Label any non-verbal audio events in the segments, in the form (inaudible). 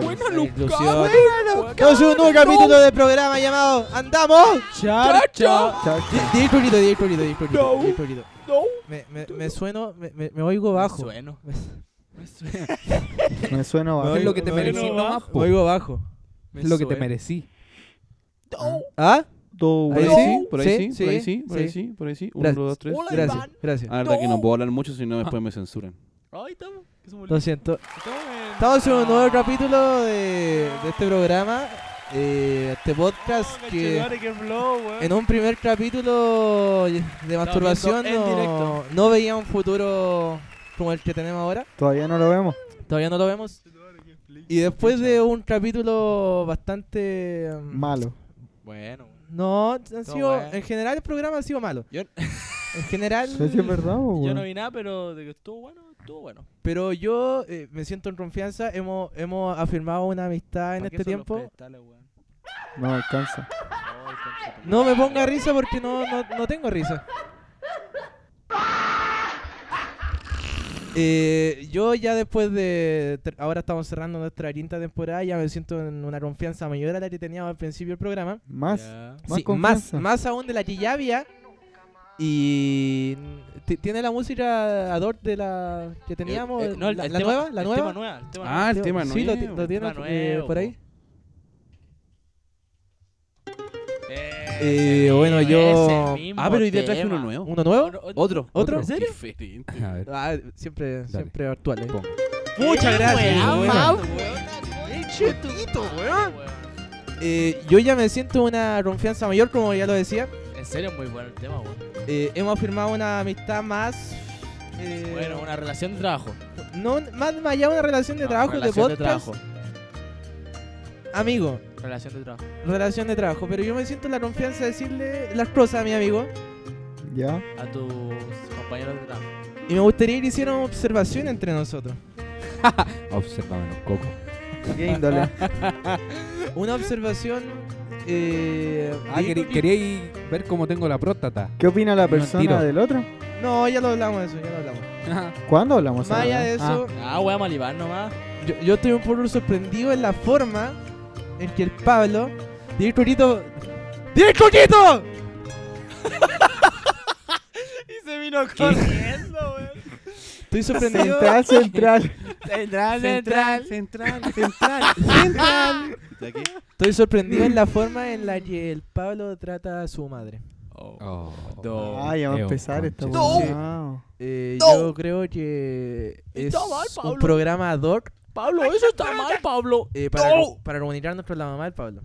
Inclusión. Con su nuevo capítulo del programa llamado Andamos. Charcha. Di el prurito, di el prurito, di el prurito, No. di el prurito. No. Me, me, me sueno, me, me, me oigo bajo. Me Bueno. (laughs) Me suena oigo- bajo. es lo que te me merecí oigo- nomás, Me po. oigo eh. bajo. Es lo que te merecí. ¿Ah? Todo Ahí bueno. sí, por ahí sí, sí, por ahí sí, sí, por ahí sí. sí, por ahí sí. Uno, Gracias. dos, tres. Hola, Gracias, Iván. gracias. La verdad que no No. puedo hablar mucho si no después me censuran. Ay, estamos. que somos Lo lindos. siento. Estamos en- Estamos en un nuevo capítulo de, de este programa, eh, este podcast Estamos en que Chetumare, qué flow, weón. en un primer capítulo de masturbación viendo en no, directo. no veía un futuro como el que tenemos ahora. Todavía no lo vemos. Todavía no lo vemos. Y después de un capítulo bastante... mm, Malo. Bueno, weón. No, han No, sido, bueno. en general el programa ha sido malo. Yo- (laughs) en general... No sé si es verdad o Yo weón. no vi nada, pero de que estuvo bueno, estuvo bueno. Pero yo eh, me siento en confianza. Hemos, hemos afirmado una amistad en ¿Para qué este son los tiempo. pedestales, weón? No me alcanza. Ay, concha tu No me madre. ponga risa porque no, no, no tengo risa. Eh, yo ya después de... ter- Ahora estamos cerrando nuestra quinta temporada. Ya me siento en una confianza mayor a la que teníamos al principio del programa. Más. Ya. Más Sí, más, confianza. más aún de la que ya había. Y t- tiene la música Ador de la que teníamos. Eh, eh, no, el- la, el la tema- nueva, la el nueva. tema nueva, el tema nuevo. Ah, el tema Sí, lo, ti- nuevo. lo tiene Tema eh, nuevo, por ahí. Eh, eh, bueno, ese yo- mismo Ah, pero hoy día tema. traje uno nuevo. ¿Uno nuevo? Otro- Otro. ¿Otro? ¿En Qué serio? diferente. A ver. Ah, siempre, siempre actual. eh. Ponga. Muchas Eh, gracias. weón, weón. Mau. Eh, chiquitito, weón. Eh, yo ya me siento una confianza mayor, como ya lo decía. En serio, muy bueno el tema, weón. Eh, hemos firmado una amistad más. eh, Bueno, una relación de trabajo. no, más más allá de una relación de No, trabajo, relación de de podcast. Amigo, Relación de trabajo. relación de trabajo, pero yo me siento la confianza de decirle las cosas a mi amigo Ya. A tus compañeros de trabajo. y me gustaría que hicieran observación entre nosotros. Observámonos, Coco. Qué índole. Una observación. Eh, Ah, de- querí- quería ir ver cómo tengo la próstata. ¿Qué opina la Ni un tiro. persona del otro? No, ya lo hablamos de eso, ya lo hablamos. ¿Cuándo hablamos? Más allá de Ah, eso, Ah, weón, Malibán nomás. yo, yo estoy un poco sorprendido en la forma en que el Pablo. Dile el coquito. ¡Dile el coquito! (laughs) Y se vino corriendo, weón. Estoy sorprendido. Central, central. (laughs) Central, Central, central, central, central. ¿De aquí? Estoy sorprendido en la forma en la que el Pablo trata a su madre. Oh. Ah, ya va Eo, a empezar esta concha. weón. No. Ah. Eh, No. Yo creo que es Está mal, un Pablo. programa ad hoc Pablo, eso está mal, Pablo. eh, para, No. para comunicarnos con la mamá del Pablo.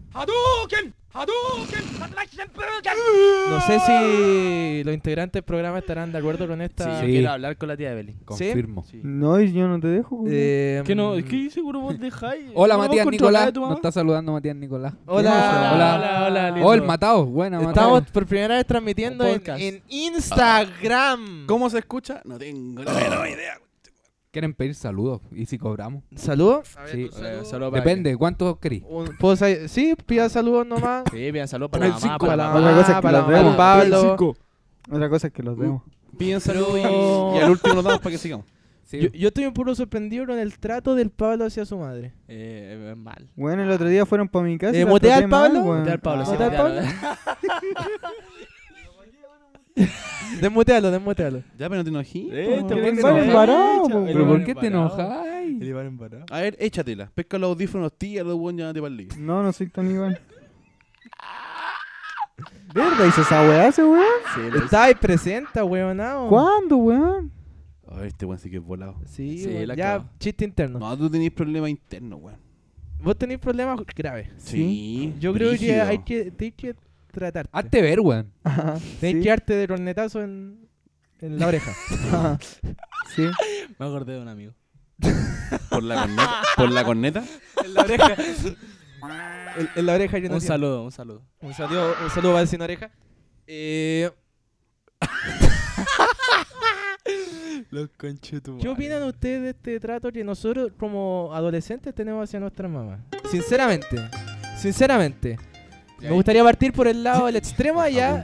No sé si los integrantes del programa estarán de acuerdo con Sí, esta. yo Sí. quiero hablar con la tía Evelyn. Confirmo. No, y yo no te dejo. weón. Eh, ¿Qué no? ¿Qué seguro vos dejáis? Hola, ¿No vos Matías controláis Nicolás. a tu mamá? Nos está saludando Matías Nicolás. Hola, Hola, hola, hola, Oh, el matado. Buena, matado. Estamos por primera vez transmitiendo Un en, podcast. en Instagram. ¿Cómo se escucha? No tengo la menor idea. Quieren pedir saludos. ¿Y si cobramos? ¿Saludo? Sí. Eh, saludo para Depende. ¿Cuántos querís? Un- ¿puedo sa- sí, pida saludos nomás. que- Sí, bien, saludos para la mamá, Para para la la Otra mamá, cosa es que ah, para la los mamá del vemos. Pablo. Uh. Otra cosa es que los vemos. Piénsalo y, Pero- y al último nos damos para que sigamos. Sí. (laughs) Yo, yo estoy un poco sorprendido con el trato del Pablo hacia su madre. Eh, es mal. Bueno, el otro día fueron para mi casa. y Eh, la ¿mutea traté al Pablo? mal, weón. Ah. Mutea al Pablo, sí, ¿Mutea al mutealo, ah, Pablo? eh. Desmutealo, desmutealo. Ya, pero no te enojí. Eh, po. te Quieren pones dar enojado. embarado, po, ¿Pero weón. por qué te enojáis? Iván embarado. A ver, échatela. Pesca los audífonos, tía, los buenos ya te parlí. No, no soy tan igual. ¿Verdad hizo esa weá ese weón? (laughs) Está ahí presenta, weonao. (laughs) ¿Cuándo, weón? A ver, este weón sí que es volado. Sí, Sí, weón, la ya, acabo. chiste interno. No, tú tenés problemas internos, weón. Vos tenés problemas graves. Sí. Yo creo que brígido. hay que, tenés que tratarte. Hazte ver, weón. Ajá, Tenés sí, que darte de cornetazo en, en la (laughs) oreja. ajá, sí. Me acordé de un (laughs) amigo. Por la corneta. Por la corneta. en la oreja. (laughs) en, la oreja yo no Un siento. saludo, un saludo. Un saludo, un saludo para el sin oreja. (laughs) Eh, Los conchetumas. ¿Qué opinan ustedes de este trato que nosotros como adolescentes tenemos hacia nuestras mamás? Sinceramente, sinceramente. Me gustaría partir por el lado del extremo Ah, allá.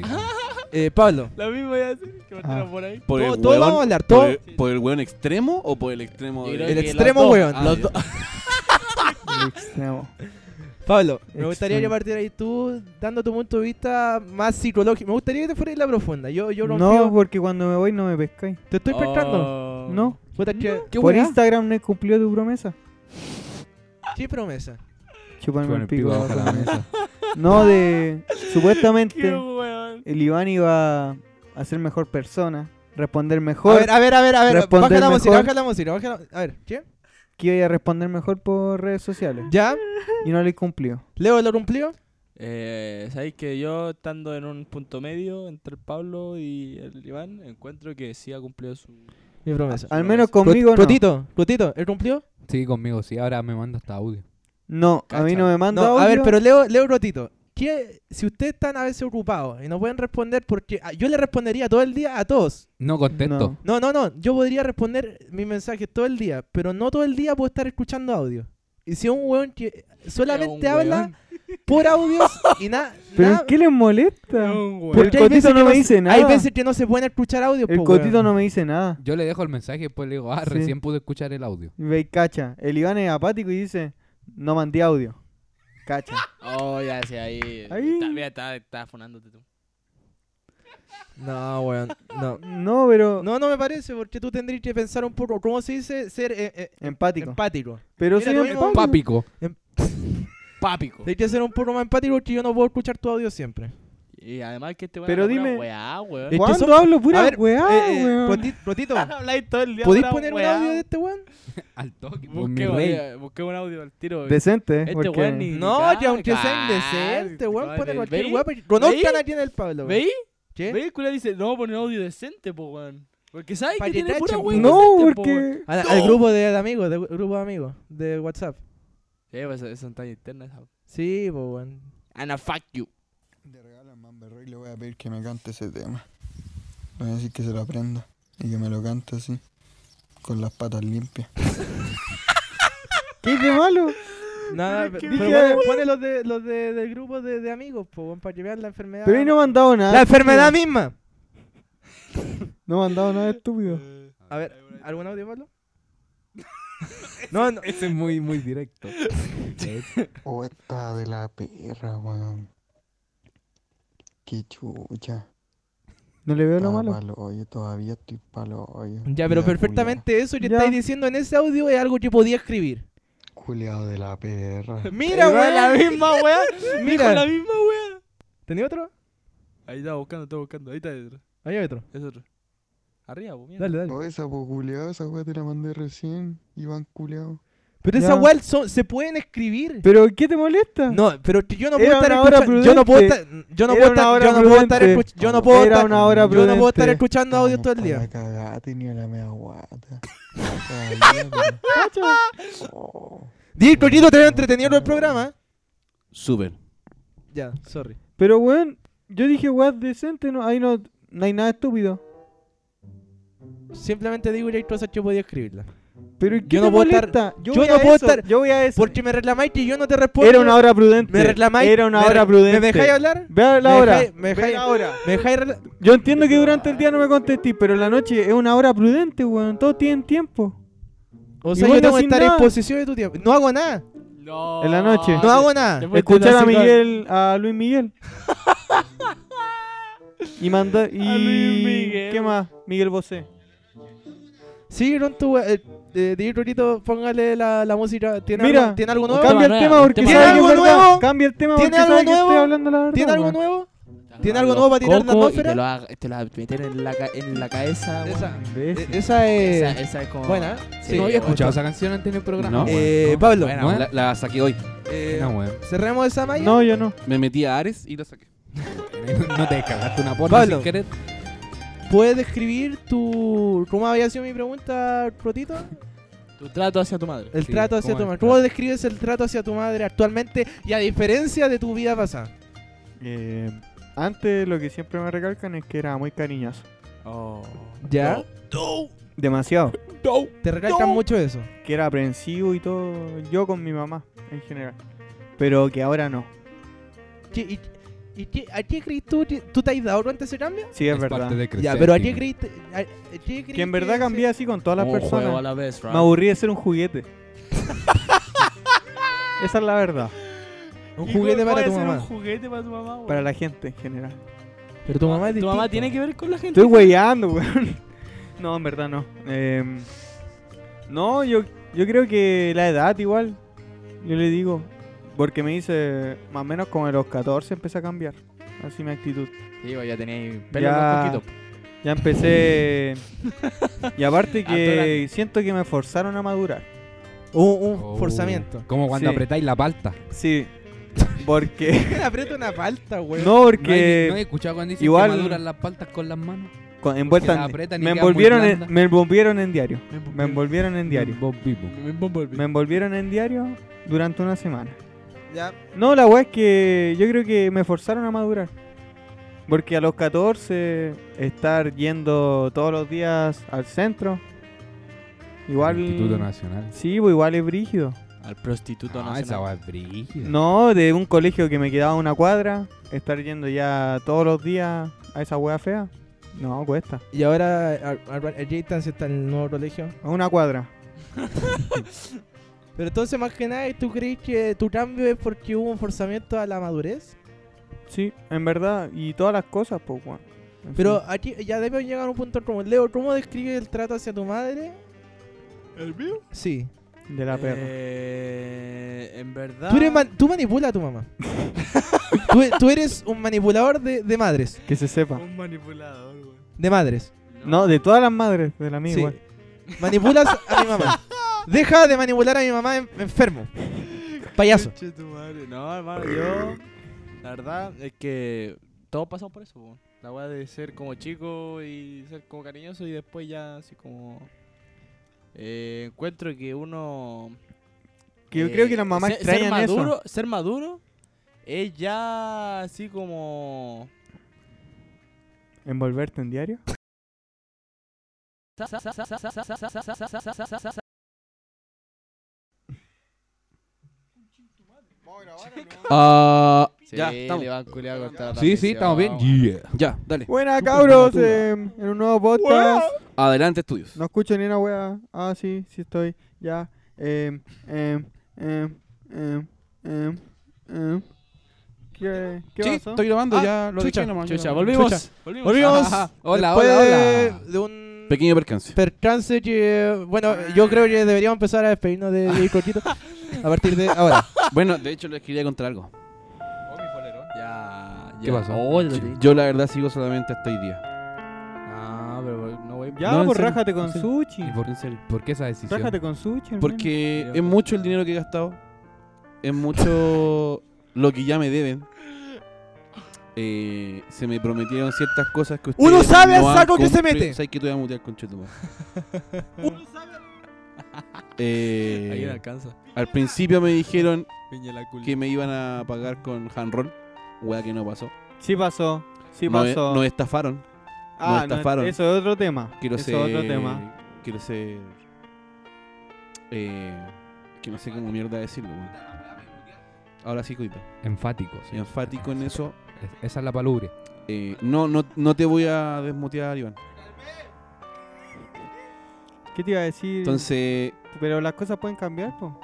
Eh, Pablo, La misma ya sí, que partieron Ah. por ahí. Por todo, el todo weón. vamos a hablar, todo. por, el, por el weón extremo o por el extremo. Yo de- creo El que los extremo, dos, weón. Ah, Los ya. dos. el extremo. Pablo, me Extremo. gustaría que partir ahí tú dando tu punto de vista más psicológico. Me gustaría que te fueras en la profunda. Yo, yo confío. No, porque cuando me voy no me pescáis. te estoy pescando. Oh. No. Puta, ¿qué, ¿Qué Por weá? Instagram no he cumplido tu promesa. qué promesa? Chuparme Chupan el pico abajo abajo de (laughs) la mesa. No, de. Qué Supuestamente weón. el Iván iba a ser mejor persona, responder A mejor. ver, a ver, a ver, a ver. Responder baja la música, mejor. baja la música, baja la- A ver, ¿qué? que iba a responder mejor por redes sociales. ¿Ya? Y no lo he cumplido. ¿Leo lo cumplió? Eh, Sabéis que yo estando en un punto medio entre el Pablo y el Iván, encuentro que sí ha cumplido su. Mi promesa. Al no menos es. conmigo Ah, no. Cotito, Cotito, ¿él cumplió? Sí, conmigo, sí. Ahora me manda hasta audio. No, a mí Cacha. no me manda. No, a audio. ver, pero Leo, Leo Rotito, ¿qué, si ustedes están a veces ocupados y no pueden responder porque ah, yo le respondería todo el día a todos. No contesto. No. No, no, no, yo podría responder mis mensajes todo el día, pero no todo el día puedo estar escuchando audio. Y si es un weón que solamente Es un habla weón. por audios y nada... (laughs) ¿Pero nada- en qué les molesta? porque El hay veces Cotito que no me dice Hay nada. veces que no se pueden escuchar audio, El po, cotito weón. no me dice nada. Yo le dejo el mensaje y después le digo, ah, Sí. recién pude escuchar el audio. Ve y cacha. El Iván es apático y dice, no mandé audio. Cacha. Oh, ya sé, ahí. Ahí. Está, mira, está, está fonándote tú. No, weón, no. No, pero No, no me parece, porque tú tendrías que pensar un poco, ¿cómo se dice? Ser eh, eh, empático. empático. pero Mira, soy tuvimos un empático. Papico. Pápico. Hay que ser un poco más empático porque yo no puedo escuchar tu audio siempre. Y además que este weón Pero habla pura dime- Weá, Es que weón. ¿Cuándo son- hablo pura este a ver, weá, Eh, eh, Ah, weón? Roti- (laughs) Rotito, Habláis todo el día. ¿podéis pura poner un weá. audio de este weón? Al toque. pues, mi Busqué, rey. oye, busqué un audio al tiro. Decente, Este porque weón ni- No, Claro, que aunque sea claro, indecente, weón, claro, pone ¿veis? cualquier weón. pero Conozcan a quién es el Pablo. weón. ¿Veis? ¿Qué? ¿Veis? Culia dice, no, poner audio decente, po, weón. Porque sabes Pa' que que tiene cachen, pura po. (laughs) weón. No, decente, po, weón. porque... Al, al grupo de, de amigos, de grupo de amigos, de WhatsApp. Sí, pues es son tan internas. esa. Sí, pues weón. Ana, fuck you. De regalo a Mamberrey le voy a pedir que me cante ese tema. Le voy a decir que se lo aprenda y que me lo cante así, con las patas limpias. ¿Qué es de malo? Nada, pe- pero dije- pone, pone los, de, los de, del grupo de, de amigos, pues weón, para que vean la enfermedad. Pero ahí no me han dado nada. La enfermedad misma. No me han dado nada estúpido. A ver, ¿algún audio, Pablo? no, no. Ese es muy, muy directo. O Oh, esta de la perra, weón. Qué chucha. No le veo lo Estaba malo. pa'l hoyo, todavía estoy palo hoyo. Ya, pero Mira, perfectamente eso que Ya. estáis diciendo en ese audio es algo que podía escribir. Culia- Culiao de la (laughs) perra. Mira, Igual weón. la misma weón. Mira. La Mira. misma weón. ¿Tenía otro? Ahí está buscando, está buscando. Ahí está otro. Ahí hay otro. Es otro. Arriba, po, mierda. Dale, dale. O Oh, esa po culiao, esa weá te la mandé recién, Iván culiao. Pero Ya. esa weá son- se pueden escribir. ¿Pero qué te molesta? No, pero que yo no Era puedo estar una hora escuchando. Yo no puedo prudente. estar. Yo no Era puedo una estar. hora Yo no puedo estar prudente. escuch- Yo no puedo Era estar. una hora Yo no puedo estar prudente. escuchando audio todo el día. Estábamos pa' La cagada, tenía la (laughs) media guata. La cagada, pero- Oh. Di, Coquito, te veo entretenido el programa. Súper. Ya, sorry. Pero weón, yo dije weón decente, no, ahí no, no hay nada estúpido. Simplemente digo que hay cosas que podía escribirlas. Pero ¿qué Yo te no puedo estar- molesta? Yo, yo voy no a puedo eso, estar- Yo voy a eso. Porque me reclamáis que yo no te respondo. Era una hora prudente. Me reclamáis. Era una me hora re- prudente. ¿Me dejáis hablar? Ve la Me hora. dejáis- me Ve dejáis- la hora. ¿Me dejáis hablar? Yo entiendo que durante el día no me contestís, pero la noche es una hora prudente, weón. Todos tienen tiempo. O Y sea, vos yo tengo no que hacís estar en nada. posición de tu tiempo. No hago nada. No. En la noche. No hago nada. Después te Escuchar la a cigarra. Miguel, a (laughs) Luis Miguel. y manda y A Luis Miguel. ¿Qué más? Miguel Bosé. Sí, pronto, eh, eh, DJ Rorito, póngale la, la música. ¿Tiene Mira, algo, ¿tiene algo nuevo? Cambia nueva, el tema un porque tema sabe nueva. que es ¿Tiene verdad. algo nuevo? Cambia el tema porque ¿Tiene sabe algo que estoy nuevo? hablando la verdad. ¿Tiene algo weón. nuevo? Te ¿Tiene agarra algo los nuevo para tirar la cocos y atmósfera? Te lo vas te lo vas a meter en la, ca- en la cabeza. weón. Esa, ¿Ves? e- esa es. Esa, esa es como. buena. Sí, no había bueno. escuchado esa canción antes en el programa. No, weón. Eh, No. Pablo, Buena, No, weón. la, la saqué hoy. eh, Buena, weón. (laughs) cerremos esa malla. No, yo no. Me metí a Ares y la saqué. No te cagaste una porra Pablo. sin querer. ¿Puedes describir tu. ¿Cómo había sido mi pregunta, Rotito? Tu trato hacia tu madre. El Sí, trato hacia ¿cómo tu es? madre. ¿Cómo describes el trato hacia tu madre actualmente y a diferencia de tu vida pasada? Eh, antes lo que siempre me recalcan es que era muy cariñoso. Oh. ¿Ya? Demasiado. No. Te recalcan mucho eso. Que era aprensivo y todo. Yo con mi mamá, en general. Pero que ahora no. ¿Qué- ¿Y, y qué- a qué crees tú? que- ¿Tú te has dado cuenta de ese cambio? Sí, es, verdad. parte de crecer. Ya, pero ¿a qué Tino. crees? a- a qué crees Que en verdad cambié Oh, así con todas las Un Oh, juego a (laughs) personas. la vez, Me right? aburrí de ser un juguete. Esa es la verdad. Un ¿Y juguete cómo para voy a tu hacer mamá. Un juguete para tu mamá, weón? Para la gente en general. Pero tu mamá es Tu mamá distinto. tiene que ver con la gente. Estoy weyando, weón. (laughs) No, en verdad no. Em, no, yo, yo creo que la edad igual. Yo le digo. Porque me dice, más o menos como de los 14 empecé a cambiar. Así mi actitud. Sí, pues ya tenéis pelo Ya- en los coquitos. Ya empecé. (laughs) y aparte que siento que me forzaron a madurar. Un, un Oh. (laughs) forzamiento. Como cuando Sí. apretáis la palta. (laughs) Sí. Porque. Aprieta una palta, (laughs) güey. no, ¿No hay- porque. ¿No he escuchado cuando dicen igual- que maduran las paltas con las manos? con- envuelta la en- apretan y me, queda muy envolvieron blanda. en, me envolvieron en diario. Me envolvieron en diario. Vos vivo. Me envolvieron en diario durante una semana. Ya. No, la weá es que yo creo que me forzaron a madurar. Porque a los 14, estar yendo todos los días al centro. Igual. Instituto Nacional. Sí, pues igual es brígido. Al prostituto Ah, esa nacional. weá es brígida. No, de un colegio que me quedaba a una cuadra, estar yendo ya todos los días a esa weá fea. No, cuesta. Y ahora Ar- Ar- Ar- Jaytan sí está en el nuevo colegio. A una cuadra. Pero entonces, más que nada, ¿tú crees que tu cambio es porque hubo un forzamiento a la madurez? Sí, en verdad. Y todas las cosas, pues, weón. En Pero fin. aquí ya debemos llegar a un punto como Leo, ¿cómo describes el trato hacia tu madre? ¿El mío? Sí. De la perra. Eh, en verdad. Tú, eres man- tú manipulas a (laughs) tu mamá. tú, e, tú eres un manipulador de, de madres. Que se sepa. Un manipulador, weón. De madres. No, de todas las madres, de la mía Sí. igual. Manipulas (laughs) (laughs) a mi mamá. Deja de manipular a mi mamá en- enfermo. Payaso. Conche tu madre. No, hermano, yo. La verdad es que todos pasamos por eso, weón. La weá de ser como chico y ser como cariñoso y después ya así como. eh, encuentro que uno. Que yo eh, creo que las mamás ser- ser extrañan eso. maduro, Ser maduro es ya así como. ¿Envolverte en diario? Ah, Sí, Ya, le estamos. van culiao a cortar la sí, sí, transmisión, estamos bien. weón. Yeah. Ya, dale. Buena, Súper cabros. matudo. eh, en un nuevo podcast. Adelante, estudios. No escucho ni una wea. Ah, sí, sí estoy. Ya. Em, em, em, em, em, em. ¿Qué, qué sí, pasó? estoy grabando, Ah, ya lo chucha, dije nomás. Chucha, ya. volvimos. Chucha. Volvimos. Volvimos. (laughs) Ah, Ajá, hola, después hola, de- hola. De un (laughs) Pequeño percance. percance que. Bueno, yo creo que deberíamos empezar a despedirnos de (laughs) Jay Coquito a partir de ahora. Bueno, de hecho les quería contar algo. Ya, ya. ¿Qué pasó? Oh, lo Yo- tenía. Yo la verdad sigo solamente hasta hoy día. Ah, pero no voy Ya, No, en pues serio, rájate con en serio. sushi. ¿Y por, por qué esa decisión? Rájate con sushi. Porque es mucho el dinero que he gastado. Es mucho lo que ya me deben. Eh, se me prometieron ciertas cosas que ustedes Uno sabe no al han saco que se cumplido. mete. Sabes que te voy a mutear con (laughs) Eh, Alguien alcanza. al principio me dijeron Piña la culia. que me iban a pagar con handroll. Wea que no pasó. hermano. Sí pasó. Sí No pasó. nos estafaron. ah, nos estafaron. eso es otro tema. Quiero eso ser. es otro tema. Quiero ser. Eh, que no sé cómo mierda decirlo, weón. Ahora sí, cuidado. Enfático. sí. Enfático en eso. Es- Esa es la palubre. Eh, no, no, no te voy a desmutear, Iván. ¿Qué te iba a decir? Entonces, Pero las cosas pueden cambiar, po.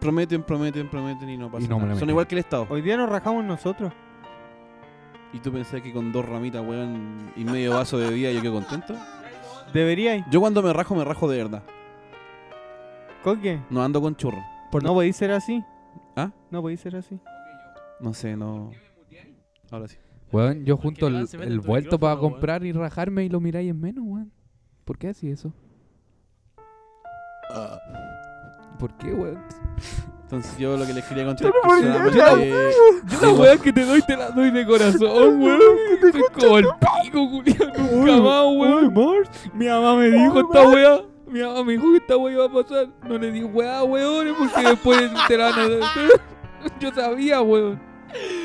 prometen, prometen, prometen y no pasa Y no me la nada. Son meten. igual que el Estado. Hoy día nos rajamos nosotros. Y tú pensás que con dos ramitas, weón, y medio vaso de día yo quedo contento. Deberíais. Yo cuando me rajo, me rajo de verdad. ¿Con qué? No ando con churro. No podéis ser así. ¿Ah? No podéis ser así. No sé, no. Ahora sí. Weón, yo junto le el, dan- se meten el tu vuelto para micrófono, comprar y rajarme y lo miráis en menos, weón. ¿Por qué así eso? Ah. ¿Por qué, weón? Entonces, yo lo que les quería contar personalmente. La weá que te doy, te la doy de corazón, (laughs) weón. Estoy como el pico, Julián. Nunca más, weón. Mi mamá me dijo esta weá. Mi mamá me dijo que esta weá iba a pasar. No le di weá, weón, porque después te la van a dar. (laughs) Yo sabía, weón.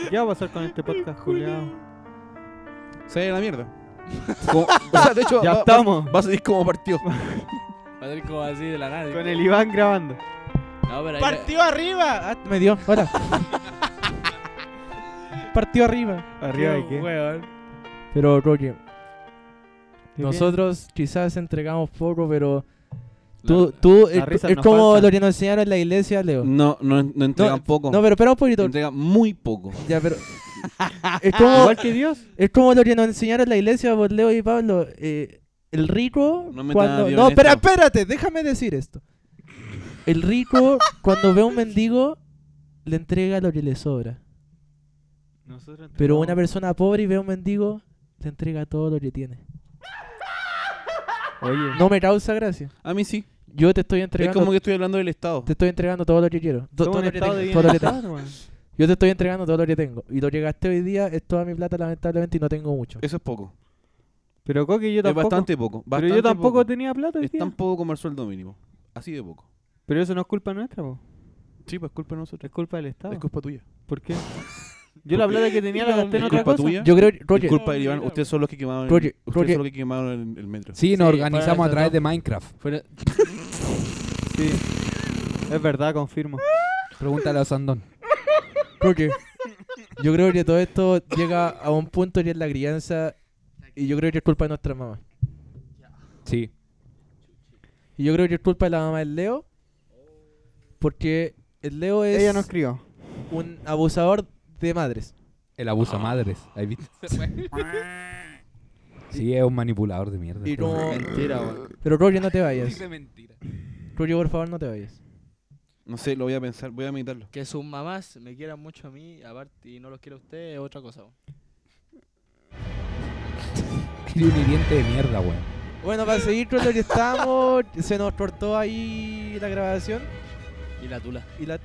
¿Qué va a pasar con este podcast, Julián? Se ve la mierda. Como- o sea, de (laughs) hecho, Ya va- va- estamos. va a salir como partido. Va a ser como así de la nada. Con el Iván grabando. No, pero ahí- ¡Partido arriba! Ah, me dio. (laughs) Hola. Partido arriba. ¿Arriba de qué? Weón. Pero, Roque, ¿De qué? Nosotros quizás entregamos poco, pero Tú, tú, las es- risas es nos como faltan. lo que nos enseñaron en la iglesia, Leo. No, no, no entregan poco. No, pero espera un poquito. entregan muy poco. Ya, (laughs) pero. es, como, Igual que Dios. es como lo que nos enseñaron en la iglesia por Leo y Pablo. eh, el rico. No metan a cuando... Dios no en espera, esto. espérate, déjame decir esto. El rico, cuando ve a un mendigo, le entrega lo que le sobra. Pero una persona pobre y ve a un mendigo, le entrega todo lo que tiene. Oye. No me causa gracia. A mí sí. Yo te estoy Es entregando. como que estoy hablando del Estado. Te estoy entregando todo lo que quiero. to- Somos todo un lo que estado tengo, de todo lo que bienestar, tengo. Yo te estoy entregando todo lo que tengo. Y lo que gasté hoy día es toda mi plata, lamentablemente, y no tengo mucho. Eso es poco. Pero Coque, yo Es tampoco. bastante poco. pero yo bastante tampoco poco. tenía plata. hoy Es día. tan poco como el sueldo mínimo. Así de poco. Pero eso no es culpa nuestra, po. Sí, pues culpa de nosotros. es culpa del Estado. Es culpa tuya. ¿Por qué? Yo la plata que tenía la gasté Es en Ah, otra culpa cosa. tuya. Yo creo, Roger, Es culpa de Iván. Ustedes son los que quemaron, el- Roger, ustedes Roger. son los que quemaron el, el metro. Sí, nos Sí, organizamos para a través eso, de Minecraft. fuera- Sí. Es verdad, confirmo. Pregúntale a Sandón. Roger, yo creo que todo esto llega a un punto que es la crianza. Y yo creo que es culpa de nuestra mamá. Sí. Y yo creo que es culpa de la mamá del Leo. Porque el Leo es Ella nos crió. un abusador de madres. El abuso a madres. ¿Has visto? sí, es un manipulador de mierda. Este Y pero- como- Mentira, weón. Pero Roger, no te vayas. mentira. Roger, por favor, no te vayas. No sé, lo voy a pensar. Voy a meditarlo. Que sus mamás me quieran mucho a mí, aparte, y no los quiera a usted, es otra cosa, weón. Tiene un hiriente de mierda, weón. Bueno, para seguir con lo que estábamos, se nos cortó ahí la grabación. Y la tula. Y la...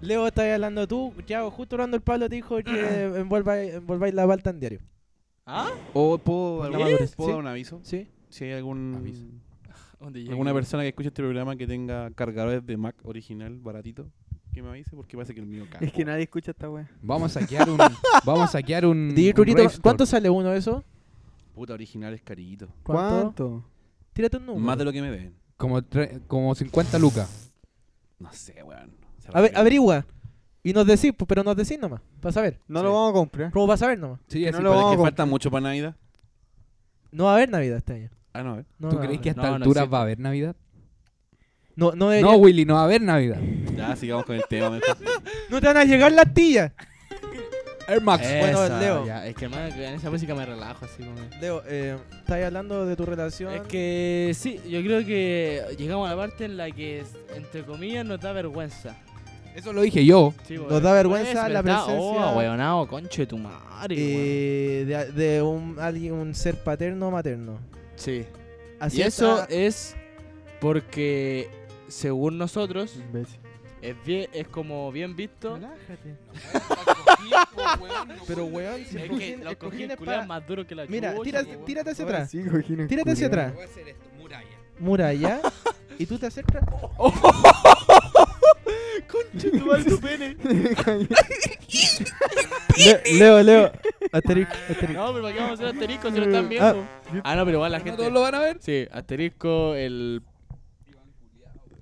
Leo, estás hablando tú. Thiago, justo hablando el Pablo te dijo (clears throat) que envolváis, envolváis la balta en diario. ¿Ah? O puedo, la ¿Eh? madurez, ¿Puedo sí. dar un aviso. ¿Sí? Si hay algún, Aviso. ¿Dónde llegué? alguna persona que escuche este programa que tenga cargadores de Mac original baratito, que me avise porque parece que el mío cae. Es que nadie escucha esta wea. Vamos a saquear un. vamos a saquear un. DJ un Crujito, rave store. ¿cuánto sale uno de eso? Puta, original es carito. Tírate un número. Más de lo que me deben. Como, tre- como 50 lucas. No sé, weón. Se A ver, refiere. averigua. Y nos decís, pues, pero nos decís nomás. Para saber. No lo vamos a comprar. ¿Cómo para saber nomás? Sí, así así Pero lo vamos es a que comprar. falta mucho para Navidad. No va a haber Navidad este año. Ah, no, a ver. No, ¿Tú no va a crees que a haber. esta No, no altura existe. va a haber Navidad? No, no, debería- No, Willy, no va a haber Navidad. Ya, sigamos con el tema. mejor. no te van a llegar las tías. Air Max. bueno, Esa, Leo. ya, Es que, hermano, que en esa música me relajo así como... Leo, eh, estás hablando de tu relación. Es que sí, yo creo que llegamos a la parte en la que, es- entre comillas, nos da vergüenza. Eso lo dije yo. Sí, Nos weón. da vergüenza Pues, la ¿verdad? presencia- Oh, weonado, conche de tu madre, weón. eh, de, de un, alguien, un ser paterno o materno. Sí. Así ah. Y eso está- es porque, según nosotros, es, bien, es como bien visto. Relájate. Pero, Pero, weón, si Es el que cojín- los el cojín cojines es culiados para... más duros que la Mira, chucha, (laughs) tírate, weón. tírate hacia atrás. Sí, cojines Tírate hacia culiados. atrás. a hacer esto, muralla. Muralla. Y tú te acercas. Le- Leo, Leo. Asterix, asterix. No, pero ¿para qué vamos a hacer asterisco si lo están viendo? Ah, no, pero igual la gente... todos lo van a ver. Sí, asterisco, el...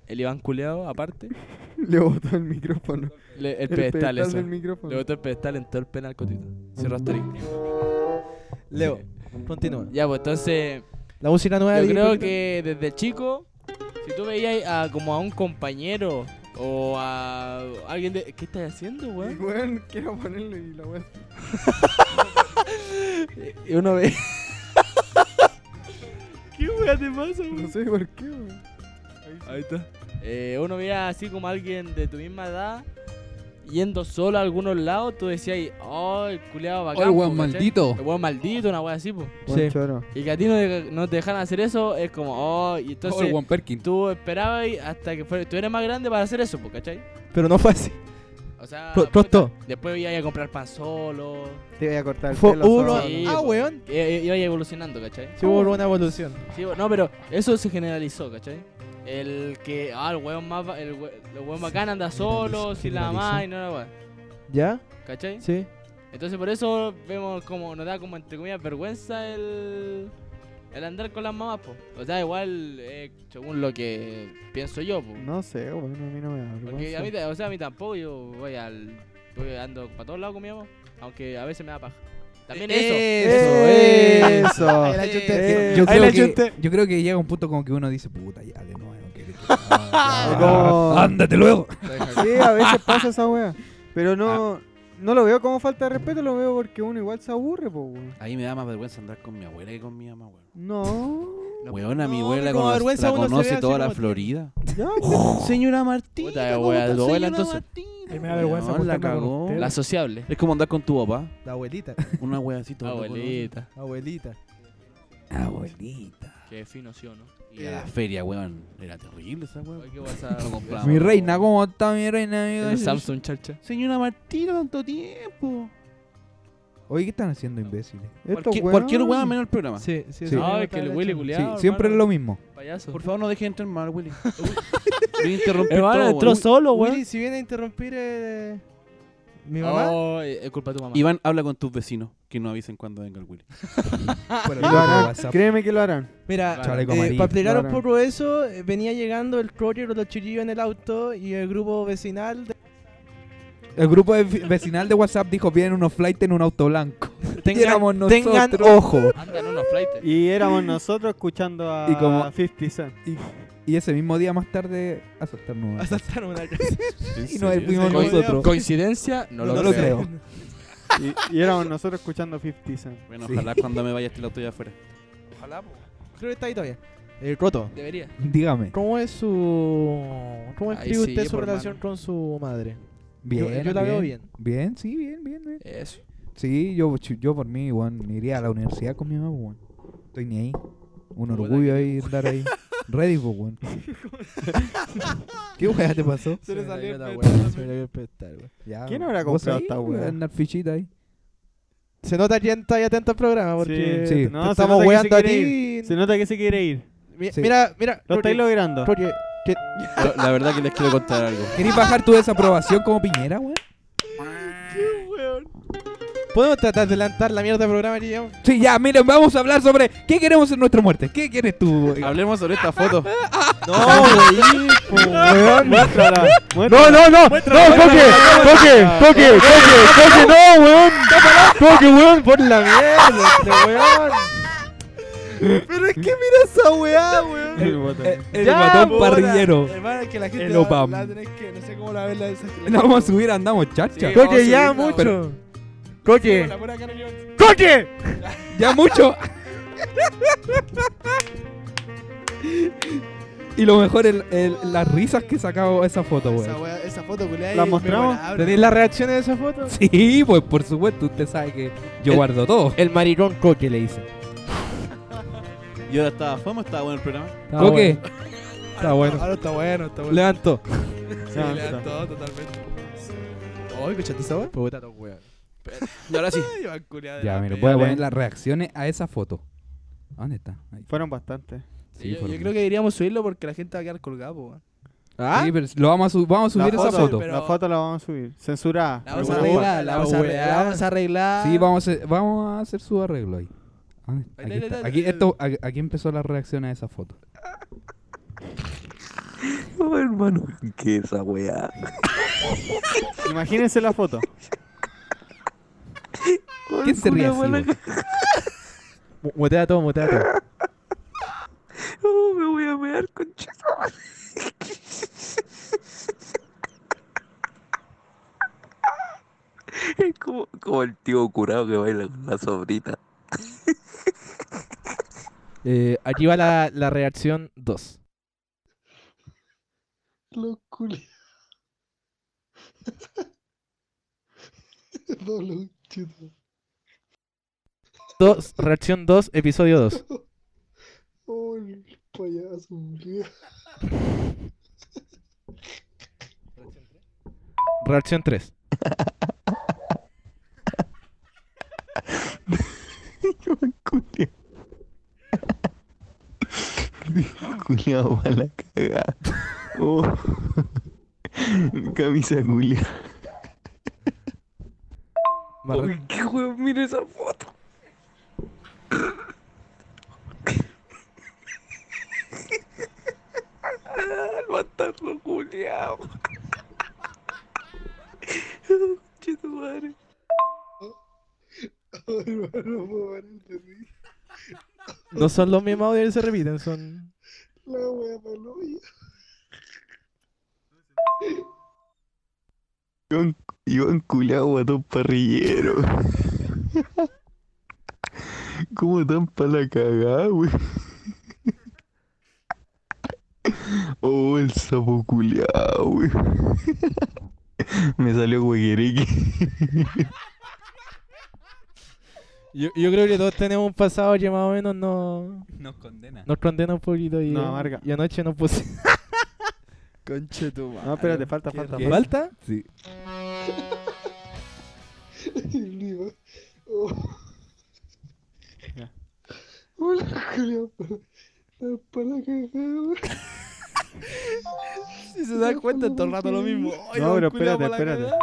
El Iván Culeado, aparte. Le botó el micrófono. Le- el, pedestal, eso. del Le micrófono. botó el pedestal en todo el penal cotito. Cierro asterisco. Leo, continúa. Ya, pues entonces... La música nueva Yo de creo Crujito. que desde chico, si tú veías a, como a un compañero o a alguien de... ¿Qué estás haciendo, weón? Ah, Weón, quiero ponerlo y la wea. Y uno ve... (laughs) ¿Qué weón te pasa, No weón? sé por qué, weón. Ahí está. Eh, uno veía así como alguien de tu misma edad yendo solo a algunos lados, tú decías, ahí, oh, el culeado bacán. Oye, weón, po, ¿cachai? maldito. El weón maldito, una weá así, pues. Buen Sí. choro. Y que a ti no, te- no te dejan hacer eso, es como, oh, y entonces... Oye, Juan Perkins. Tú esperabas y hasta que fuera, tú eres más grande para hacer eso, po, ¿cachai? Pero no fue así. O sea, Pro- Ah, puta, Prosto. después iba a comprar pan solo. Te voy a cortar el Fue pelo. uno. zorro. Sí, ah, po. weón. I- i- Iba evolucionando, ¿cachai? Sí, hubo una evolución. Sí, no, pero eso se generalizó, ¿cachai? El que, ah, el weón más, ba- el, we- el weón bacán anda solo, generalizó, sin la generalizó. mamá y no la weá, ¿Ya? ¿cachai? Sí. Entonces por eso vemos como, nos da como entre comillas vergüenza el, el andar con las mamás, po. O sea, igual, eh, según lo que pienso yo, po. No sé, weón, a mí no me da Porque vergüenza. a mí, ta- o sea, a mí tampoco, yo voy al. Eh, Voy ando para todos lados con mi mamá, aunque a veces me da paja. También eso. Eso, Eso. Ahí la chunté. Eh, Yo ahí creo, la que, chunté. yo creo que llega un punto como que uno dice, puta, ya, de nuevo. que- Ah, Es como- Ándate luego. Sí, a veces pasa esa wea. Pero no, no lo veo como falta de respeto, lo veo porque uno igual se aburre, po, weón. Ahí me da más vergüenza andar con mi abuela que con mi mamá, weón. No. Weona, mi no, abuela como cono- vergüenza la uno se ve conoce así toda la como- Florida. Ya, pues, Oh, Señora Martín. Puta, wea, tu abuela, entonces. Martina. Ahí me da vergüenza Weón, la juntarme con cagó. usted. La sociable. Es como andar con tu papá. La abuelita. Una wea así toda Abuelita. Abuelita. Ah, Abuelita. Qué fino, sí o no. Y a la feria, weón. Era terrible esa wea. Ay, ¿Qué (laughs) pasa? Lo compramos. Mi reina, ¿cómo está mi reina? En amigo? el Samsung, chacha. Señora Martina, tanto tiempo. Oye, ¿qué están haciendo imbéciles? estos Cualquier- weón- cualquier wea menos el programa. Sí, Sí. sí, sí. Ay, que el Willy Sí, culiado. siempre es lo mismo. Payaso. Por favor, no dejen entrar mal, Willy. Me interrumpí Hermano, todo, entró weón. solo, weón. Willy, si viene a interrumpir eh, mi mamá. Oh, es culpa de tu (laughs) mamá. Iván, habla con tus vecinos que no avisen cuando venga el Willy. Por el grupo Y lo de (laughs) harán. WhatsApp. Créeme que lo harán. Mira, Chaleco eh, amarillo. para explicar un Claro. poco eso, eh, venía llegando el Crowder o los chiquillos en el auto y el grupo vecinal. de- (laughs) El grupo de- vecinal de WhatsApp dijo, vienen unos flight en un (laughs) auto blanco. Y éramos Tengan, nosotros. tengan ojo. Andan unos flights. Y éramos nosotros escuchando a Y como- 50 Cent. Y ese mismo día más tarde asaltaron una Asaltaron una casa. (laughs) Y nos fuimos Coin- nosotros. Coincidencia, no, No lo creo. Y, y éramos nosotros escuchando 50 Cent. Bueno, ojalá cuando me vaya este auto ya afuera. Creo que está ahí todavía. El Coto, Debería. Dígame. ¿cómo es su. ¿Cómo Ahí escribe sí, usted su por relación mano. con su madre? Bien, yo la veo bien. Bien, sí, bien, bien, bien. Eso. Sí, yo, yo por mí, weón, iría a la universidad con mi mamá, weón. Estoy ni ahí. Un Puta orgullo ahí andar (laughs) ahí. Ready, po, weón. ¿Qué weá te pasó? Se le salió el la petal, wea, se me salió el petal, wea. Ya, ¿Quién habrá vos comprado ahí, esta weá? Andar fichita ahí. Se nota quién está ahí atento al programa Ah, porque Sí. te- No, te se estamos nota que se weando a quiere ti. Se nota que se quiere ir. Mi- Sí. Mira, mira. Lo Roger, estáis logrando. Roger, Yo, La verdad que les quiero contar algo. ¿Querés bajar tu desaprobación como Piñera, weón? ¿podemos tratar de lanzar la mierda del programa que llevamos? Sí, ya, miren, vamos a hablar sobre qué queremos en nuestra muerte. ¿Qué quieres tú? Hablemos sobre esta foto. No, weón. Muéstrala. No, no, no, no, Coque, Coque, Coque, Coque, Coque, no, weón. Coque, weón, por la mierda, este weón. Pero es que mira esa weá, (laughs) weón. (laughs) El, Eh, el matón (laughs) parrillero. Hermano, que la gente El la- Opam. la tenés que, no sé cómo la ves la esa. La vamos a subir, andamos, chacha. Sí, Coque, ya mucho. Coque, (laughs) ¡Coque! Ya mucho. (laughs) y lo mejor, el, el- las risas que sacaba esa foto, Esa, weón. weá, esa foto culiada. ¿La mostramos? ¿tenéis las reacciones de esa foto? Sí, pues por supuesto, usted sabe que yo El- guardo (laughs) todo. El maricón Coque le dicen. Y ahora estaba fama, estaba bueno el programa. Coque, Está bueno. Ahora Ah, está bueno, está bueno. levanto. Sí, Ah, le dan todo totalmente. Oye, ¿escuchaste esa weá? Puta los weón. Y ahora sí. (laughs) Ay, van culiados de Ya, la mira, pega. voy a dale. poner las reacciones a esa foto. ¿Dónde está? Ahí. Fueron bastantes. Sí, yo, por yo mí. creo que deberíamos subirlo porque la gente va a quedar colgada, po, weón. Sí, pero lo vamos a, su- vamos a La subir esa foto. pero- La foto la vamos a subir. Censurada. La vamos a Pero bueno, arreglar, la vamos a arreglar, la vamos a arreglar. Sí, vamos a, hacer- vamos a hacer su arreglo ahí. Ah, Ahí, Aquí, ahí, está. ahí, Aquí, ahí. esto, a- aquí empezó la reacción a esa foto. hermano. ¿Qué esa weá? Imagínense la foto. ¿Quién se ríe así? weón? (laughs) Mutea todo, mutea (laughs) todo. Oh, (laughs) Eh, aquí va la, la reacción 2. Los (laughs) culiados. No lo chuta. Dos, reacción 2, episodio 2. Oh, el payaso, culiao. Reacción 3. Culiao va la cagada. Oh. Camisa culiao. Más re- ¿Qué weón? Mira esa foto. El bastardo culiao. Oh, hermano, no puedo parar de reír. No son los mismos audios que se repiten, son. La wea del hoyo. Iván, Iván culiao, guatón parrillero. ¿Cómo tan pa' la cagada, wey? Oh, el sapo culiao, wey. Me salió huequereque. Yo, yo creo que todos tenemos un pasado que más o menos no... Nos condena. Nos condena un poquito y, Nos amarga. y anoche no puse... Conche tu madre. No, espérate, falta, falta. ¿Qué? ¿Falta? Sí. El Iván. Oh. Hola, culiao. Estás pa' la cagada, wey. Si se da cuenta, todo el rato lo mismo. Ay, No, don pero culiao, espérate, pa' la espérate. cagada.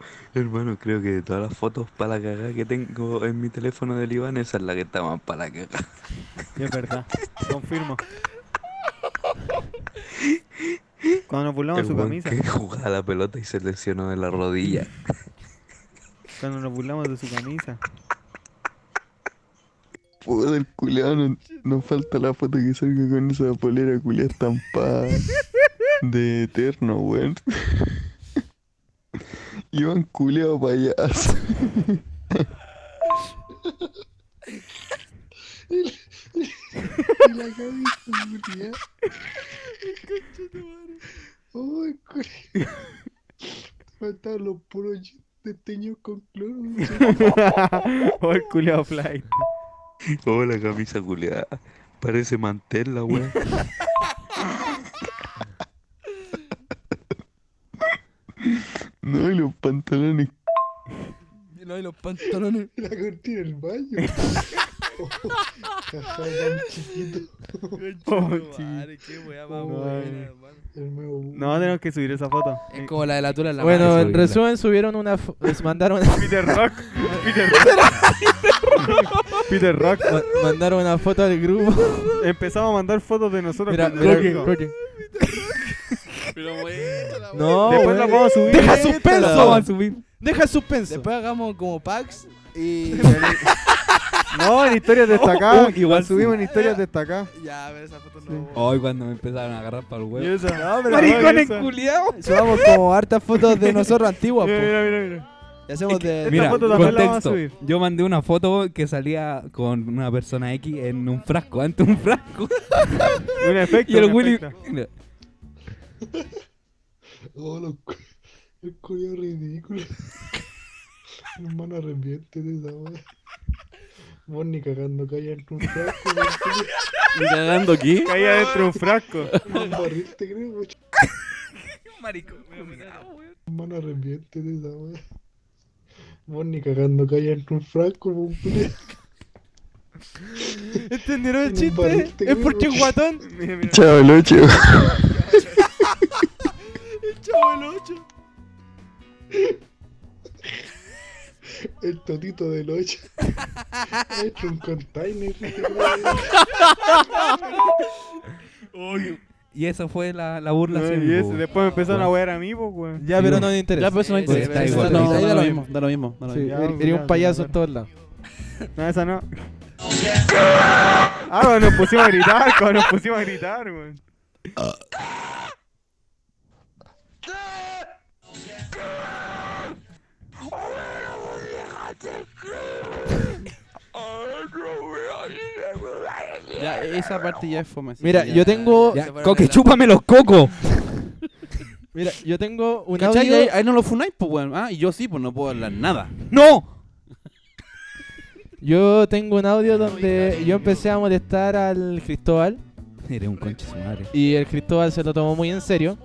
(laughs) Hermano, creo que de todas las fotos para la cagada que tengo en mi teléfono del Iván, esa es la que está más para la cagada. Sí, es verdad. Confirmo. Cuando nos burlamos El de su weón camisa. que jugaba a la pelota y se lesionó de la rodilla. Cuando nos burlamos de su camisa. (laughs) Puta, el culiao, no, no falta la foto que salga con esa polera culiao estampada de eterno, weón. (laughs) Iván culiao payaso. Y la Gaby (laughs) murió. Ay, culi- Faltaban los puros ch- de teño con cloro. (laughs) o el culiao flight. Oh, la camisa culiada. Parece mantel la weón. No, y los pantalones. No, y los pantalones. La cortina (laughs) del baño. Oh, Cajá, tan chiquito. Oh, Madre, qué weá más Oh, buena, (laughs) ay. hermano. No, tenemos que subir esa foto. Es como la de la tula en la bueno, mano. en resumen subieron una... fo- (laughs) Les mandaron... Peter Rock. Peter Rock. (laughs) Peter Rock. ma- mandaron una foto al grupo. (laughs) Empezamos a mandar fotos de nosotros. Mira, con- mira, Digo, Roque. Pero bueno, la No, Después weón. la vamos a subir. Deja Esta suspenso. la vamos a subir. Deja suspenso. Después hagamos como packs y. (laughs) No, en historias destacadas. Uh, igual igual subimos sí. en historias destacadas. ya, a ver, esa foto no. Hoy cuando me empezaron a agarrar para el Y huevo. esa- no, pero no, Maricones esa- culiados. Subamos como hartas fotos de nosotros antiguas, Mira, po. (laughs) mira, mira, (laughs) mira. Y hacemos de. (laughs) Mira, foto también la vamos a contexto. subir. Yo mandé una foto que salía con una persona X en un frasco, ante un frasco. (laughs) Un efecto. Y el un Willy. efecto. Mira, Oh, lo cu- (laughs) el culiao ridículo. (laughs) Hermano, arrepiente de esa weá. Vos ni cagando calla en (laughs) un frasco. weón, culiao. ¿Y cagando aquí? Caía dentro de (laughs) un frasco. Un barril te creo, weón. maricón. Hermano, arrepiente de esa weá. Vos ni cagando calla en un frasco, weón, culiao. ¿Entendieron el Un barril chiste? te Es creo. porque es guatón. Mira, mira. Chao, (laughs) Lucho. El totito del (laughs) 8. Ha hecho un container. Y esa fue la, la burla. No, sí, y eso, po. después me empezaron a wear a mí, pues, weón. Ya, pero no nos interesa. Ya, pues eso no Sí, interesa. da Eso igual. no- No, ahí no, da lo no, mismo. Da lo mismo. da lo Sí, mismo. Ya, er- eres ya, un payaso ya. en todos lados. No, esa no. Ah, cuando nos pusimos a gritar, cuando nos pusimos a gritar, weón. Ya, esa parte ya es fome. así Mira, que ya- yo tengo... Ya, Se fueron coque, de la- chúpame los cocos. Mira, yo tengo un ¿Cachai? audio... Ahí, ahí no lo funáis, pues, weón. Ah, y yo sí, pues no puedo hablar nada. ¡No! Yo tengo un audio donde yo empecé a molestar al Cristóbal Eres un conche su madre. y el Cristóbal se lo tomó muy en serio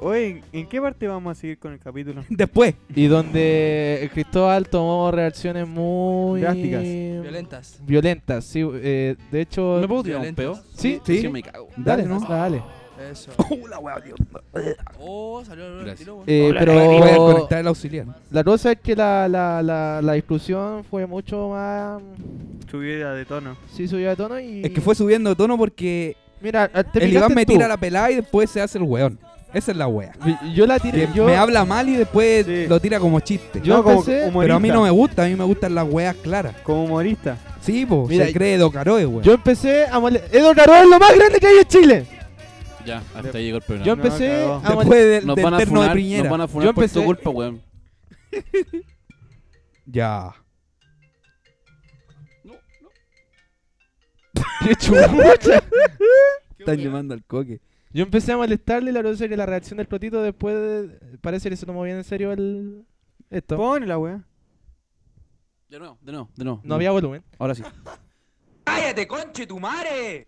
Oye, ¿en, en qué parte vamos a seguir con el capítulo? Después. y donde el Cristóbal tomó reacciones muy Drásticas. Violentas. violentas, sí, eh, de hecho ¿Me puedo tirar un peo? Violentas. sí, Sí, sí, me cago. Dale, dale, ¿no? dale. Eso. la weón, Dios. Oh, salió el Gracias. tiro, weón. Eh, Voy a pero conectar el auxiliar. la cosa es que la, la, la, la discusión fue mucho más Subida de tono. sí subió de tono y Es que fue subiendo de tono porque mira, te el fijaste Iván me tú. tira la pelada y después se hace el weón. Esa es la wea. Yo la tiré. Que yo- Me habla mal y después lo tira como chiste. Yo No, como empecé- pero a mí humorista. no me gusta, a mí me gustan las weas claras. Como humorista. Sí, po, Mira, se cree Docaroe, weón. Yo empecé a molestar. Edo Caro es lo más grande que hay en Chile. Ya, hasta ahí llegó el programa. Yo empecé No, a cagó. Después del- nos del van a terno de funar, Piñera. Nos van a funar Yo por empecé- tu culpa, weón. Ya. ¡Qué (laughs) chucha! Están llamando al coque. Yo empecé a molestarle la grosería, la reacción del platito después de- parece que se tomó bien en serio el esto. Pon la wea. De nuevo, de nuevo, de nuevo. No había volumen. Ahora sí. ¡Cállate, conche tu madre!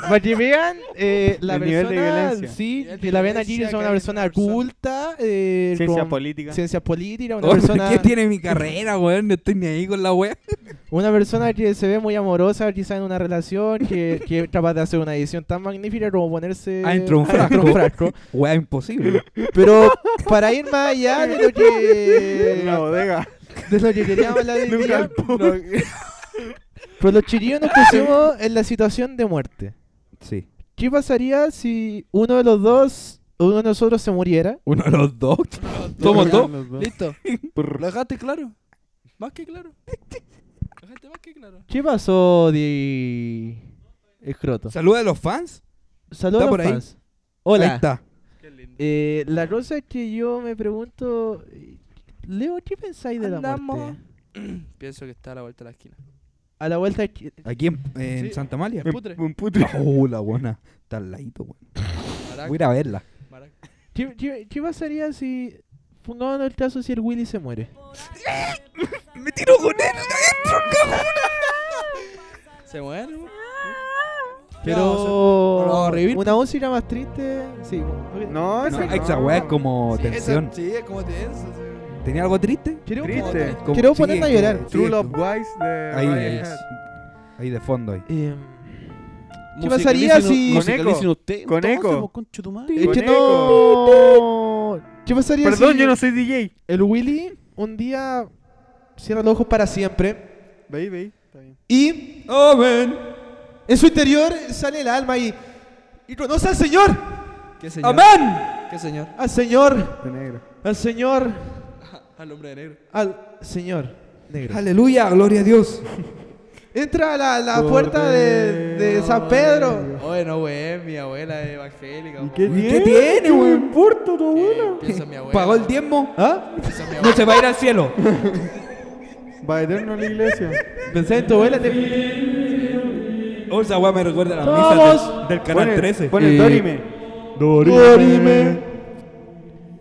Para que vean eh, la El nivel persona, de violencia. sí, Nivel de que la ven aquí violencia es que una hay en persona culta, eh, Ciencia con política. (laughs) ciencias políticas, una Oh, persona ¿Qué tiene mi carrera, weón? No estoy ni ahí con la wea. Una persona que se ve muy amorosa, quizá en una relación, que, que es capaz de hacer una edición tan magnífica como ponerse Adentro (laughs) un adentro frasco. Wea imposible. Pero para ir más allá de lo que. Una bodega. (laughs) De lo que queríamos hablar hoy De un día, galpón. (laughs) lo- Pues los chiquillos nos pusimos en la situación de muerte. Sí. ¿Qué pasaría si uno de los dos, uno de nosotros se muriera? ¿Uno de los dos? Somos dos. Listo. ¿Lo dejaste claro? Más que claro. Lo dejaste más que claro. ¿Qué pasó, Di. Escroto? ¿Saluda a los fans? Saludos ¿Está a los por ahí? fans. Hola. Ahí está. Eh, la cosa es que yo me pregunto, Leo, ¿qué pensáis de la muerte? Pienso que está a la vuelta de la esquina. A la vuelta aquí. Aquí en, en Sí. Santa Malia. En Putre. (laughs) En Putre. Oh, la buena. Está al ladito, weón. Maraca. Voy a ir a verla. ¿Qué, qué, qué pasaría si, pongamos el caso, si el Willy se muere? (laughs) ¡Me tiro con él adentro, cabrón! ¿Se muere? weón? Pero No, revivir. una música más triste, sí. ok. No, No, esa- esa weá es como Sí, esa- tensión. Sí, es como tenso. sí. ¿Tenía algo triste? Quiero, Triste. Como- quiero sí, ponerme a es que- llorar. sí, True es Love como- Wise de Ahí Radiohead. es. Ahí de fondo, ahí. Eh, ¿Qué Musicalicen- pasaría si- musicalicen usted, Con eco. entonces, vos, concha tu madre. Es que Conejo. no. ¿Qué pasaría Perdón, si yo no soy DJ. el Willy un día cierra los ojos para siempre Veí, veí. Está bien. y en su interior sale el alma y, y conoce al Señor? ¿Qué señor? ¡Amén! ¿Qué señor? Al Señor, De negro. al Señor, Al hombre de negro. al Señor negro. Aleluya, gloria a Dios. Entra a la, la puerta de, de San Pedro. Oye, no, weón, mi abuela es evangélica. weón. ¿Qué ¿Y qué tiene, weón? importa tu abuela? Pienso en mi abuela. ¿Pagó el diezmo? ¿Ah? pienso en mi No abuela. se va a ir al cielo. Va eterno a la iglesia. Pensé en tu abuela. te- Oh, esa weá me recuerda a la Vamos. misa del canal Pone- 13. Pone Eh, Dorime. Dorime.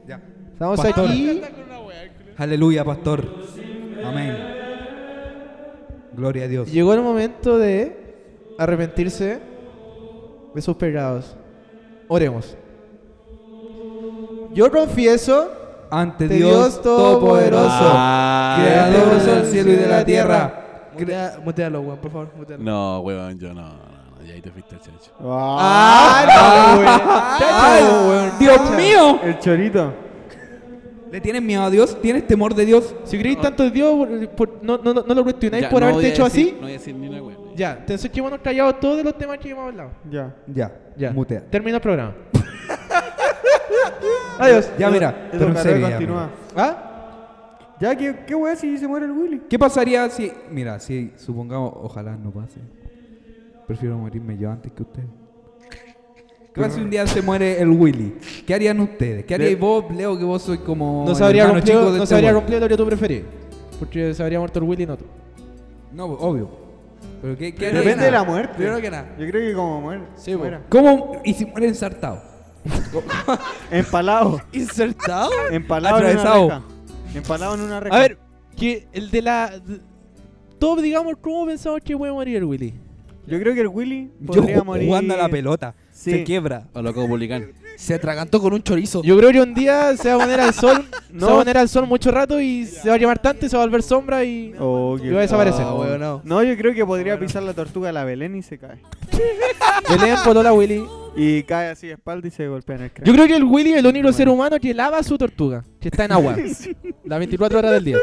ya. Estamos Pastor. aquí. Aleluya, pastor. Amén. Gloria a Dios. Llegó el momento de arrepentirse de sus pecados. Oremos. Yo confieso Ante Ante Dios, Dios Todopoderoso, Ah, Todopoderoso, Creador Creador del cielo y de la tierra. Mutea- Mutealo, weón, por favor, mutealo. No, weón, yo no. no, no, Y ahí te fuiste, chacho. ¡Ah! ¡Ay, Ah, Dios mío! Ah, El chorito. ¿Le tienes miedo a Dios? ¿Tienes temor de Dios? Si creéis tanto en Dios, por- por- no, no, no- no lo cuestionáis Ya, por no voy haberte a hecho decir- así. No voy a decir ni una weón. Ya, entonces que hemos callado todos los temas que hemos hablado. Ya. Ya, Ya. mutea. Termina el programa. Adiós. Ya, mira, pero en Educador serio, ya, continúa. mira. ¿Ah? Ya, ¿qué, qué weá si se muere el Willy? ¿Qué pasaría si. Mira, si supongamos, ojalá no pase. Prefiero morirme yo antes que usted. ¿Qué pasa si un día se muere el Willy? ¿Qué harían ustedes? ¿Qué haríais vos, Leo, que vos sois como. No el se habría hermano chico cumplido, de no este se habría weón? cumplido lo que tú preferís. Porque se habría muerto el Willy y no tú. No, obvio. Pero ¿qué, qué haríais? Depende de la muerte. Primero que nada. Yo creo que como muere. Sí, muera. ¿Cómo? Y si muere ensartado. Empalado. ¿Insertado? Empalado en una Atravesado. reja. Empalado en una reja. A ver, que el de la. de- Todos digamos cómo pensamos que puede morir el Willy. Yo creo que el Willy Yo podría ju- morir. jugando a la pelota. Sí. Se quiebra. A lo (laughs) copublican. Se atragantó con un chorizo. Yo creo que un día se va a poner (laughs) al sol. No. Se va a poner al sol mucho rato y se va a quemar tanto y se va a volver sombra y. (laughs) Oh, qué Y va a desaparecer. No, weón, no. No, yo creo que podría pisar la tortuga a la Belén y se cae. Belén polola a Willy. Y cae así de espalda y se golpea en el cráneo. Yo creo que el Willy es el único ser humano que lava su tortuga, que está en (laughs) agua. Las 24 horas del día.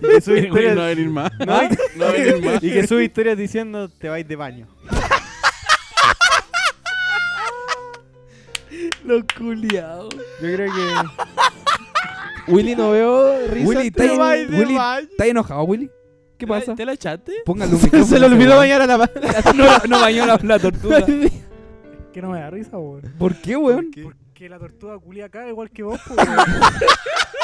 Y que sube El Willy historias, no va a venir más. No, y- No va a venir (laughs) más. y que sube historias diciendo te vais de baño. Los culiados. Yo creo (laughs) que. Willy, no veo risas. Willy, ¿está Te vais de Willy, baño. ¿está enojado, Willy? ¿Qué pasa? ¿Te la echaste? Póngale (laughs) un micrófono. (laughs) se le olvidó bañar a la No, no bañó la, la (laughs) tortuga. Que no me da risa, weón. ¿Por qué, weón? Que la tortuga culia acá igual que vos, po, (laughs)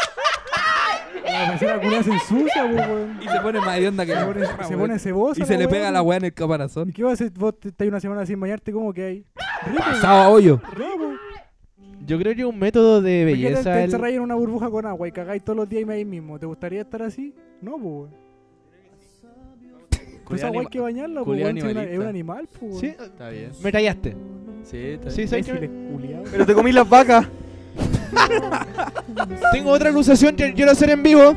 weón. La tercera culia se ensucia, po, weón. Y se pone más de onda que Se pone, la se pone cebosa. Y se la le weá. pega la weá en el caparazón. ¿Y qué vas a hacer? Vos te- estás una semana sin bañarte, ¿cómo que hay? Rico, Pasado a hoyo. Rico. Yo creo que un método de ¿Por qué te, belleza. te el- encerráis en una burbuja con agua y cagáis todos los días y me ahí mismo? ¿Te gustaría estar así? No, po, weón. Pues Culiao esa weá hay anima- que bañarla, po, culiao weón. si Es, una- es un animalista. animal, po, weón. Sí, Está bien. Me tallaste. Sí, está Sí, bien. ¿sabes qué? Imbéciles culiados. Pero te comí las vacas. Tengo otra acusación que quiero hacer en vivo.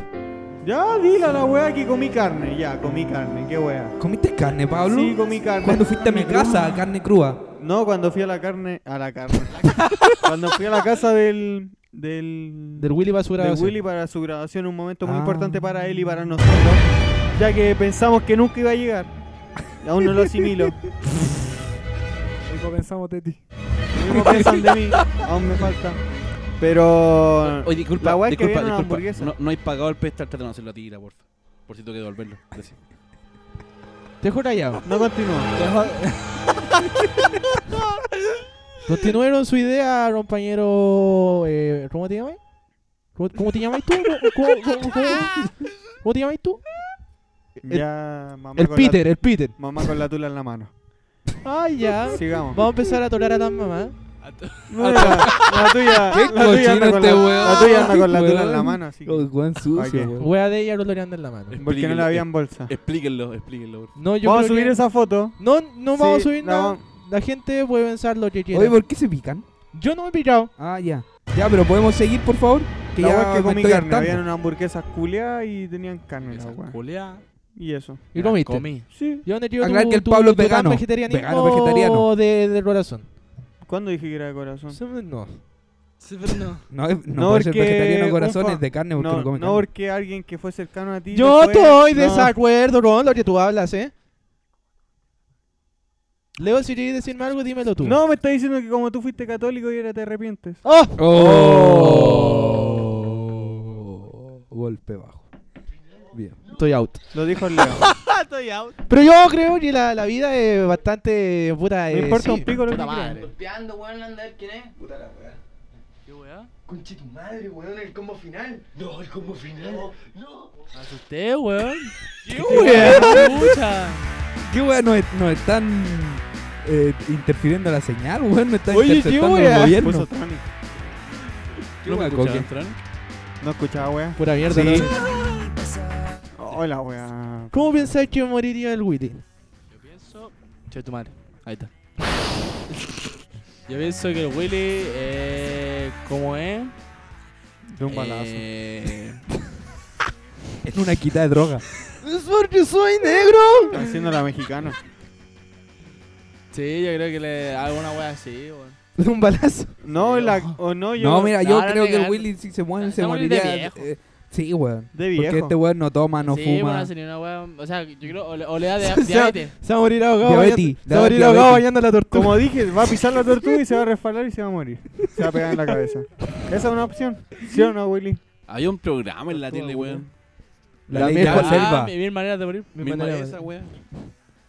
Ya, dile a la wea que comí carne. Ya, comí carne. Qué wea. ¿Comiste carne, Pablo? Sí, comí carne. Cuando fuiste a mi casa, carne crua. No, cuando fui a la carne. A la carne. (laughs) cuando fui a la casa del. Del. Del Willy para su De grabación. Willy para su grabación, un momento muy Ah. importante para él y para nosotros, Ah. ya que pensamos que nunca iba a llegar. Y aún no lo (laughs) asimilo. Rico pensamos de ti. Lo mismo piensan de mí, aún me falta. Pero. Oye, disculpa, la wea es que disculpa, viene una disculpa. hamburguesa. No, no hay pagado el pestar, trata de no hacerlo a tira, porfa. Por si tengo que devolverlo. Gracias. Te juro allá. No continúa. Continuaron su idea, compañero. eh, ¿Cómo te llamas? ¿Cómo, cómo te llamas tú? ¿Cómo, cómo- cómo- cómo- cómo te llamas tú? Ya, mamá el con Peter, la- el Peter. Mamá con la tula en la mano. Ay, ya. Sigamos. Vamos a empezar a tolerar a tan mamá. No, la, la tuya, (laughs) Qué la tuya cochino anda con este la, la weón. tuya anda con la Weón. tula en la mano, así que- Oh, weón sucio, ¿Para qué? weón. Wea de ella coloreando en la mano. Porque no Explíquenlo, la había eh, en bolsa. Explíquenlo, explíquenlo. porfa. No, yo vamos a creo subir que- esa foto. No, no Sí, vamos a subir la nada. vamos- La gente puede pensar lo que quiera. Oye, ¿por qué se pican? Yo no me he pillado. Ah, ya. Ya, pero podemos seguir, por favor. Que la ya wea es que me comí estoy carne. hartando. Habían unas hamburguesas culeadas y tenían carne. la wea. Julia. Y eso. ¿Y comiste? Comí. Sí. ¿Y dónde quedó Aclarar tu- que el tu- Pablo es tu tan vegano. vegetarianismo Vegano, vegetariano. De, de corazón. ¿Cuándo dije que era de corazón? No. Sí, pero no. No, es- no, puede ser vegetariano un corazón, fa- es de carne porque no, no, come no carne. porque alguien que fue cercano a ti. Yo después- estoy pues. no. de desacuerdo con lo que tú hablas, ¿eh? Leo, si quieres decirme algo, dímelo tú. No, me está diciendo que como tú fuiste católico y ahora te arrepientes. ¡Oh! Oh. Golpe bajo. Bien. Estoy out. Lo dijo el Leo. Estoy out. Pero yo creo que la, la vida es bastante puta. (laughs) Me eh, importa sí. un pico lo que Puta crean. madre. Golpeando, weón, anda a ver quién es. Puta la weá. ¿Qué weá? Conche tu madre, weón, el combo final. No, el combo final. No, no. Me asusté, weón. ¿Qué weón? Pucha. ¿Qué weón nos, nos están eh, interfiriendo la señal, weón? Nos están Oye, ¿qué Pues, interceptando el weá? Puso gobierno. Tony. ¿Qué ¿No me weá, escuchaban, coque? Tran? No escuchaba, wea. Pura mierda. Sí. ¿no? Hola, wea. ¿Cómo pensáis que moriría el Willy? Yo pienso. Che, tu madre. Ahí está. Yo pienso que el Willy, eh, ¿cómo es? De un balazo. Eh, En una quita de (laughs) droga. ¡Es porque soy negro! Haciendo la mexicana. sí, yo creo que le hago una wea así, weón. Un balazo. No, la, o no, yo. No, mira, yo No, no creo que el negando. Willy si se mueve No, se no, Willy de moriría. viejo. eh, Sí, weón. De Porque viejo. este weón no toma, no sí, fuma. bueno, sería una wea. O sea, yo creo. O le, o le da de, Se- diabetes. Se va a morir ahogado. Diabetes, bañando- Se va a morir diabetes. ahogado bañando la tortuga. Como dije, va a pisar la tortuga y se va a resfalar y se va a morir. Se va a pegar en la cabeza. Esa es una opción. ¿Sí o no, Willy? Había un programa en la tele, weón. La, La ley de vieja la Ah, selva. mi- mil maneras de morir. Mi Misma manera de- esa, weón.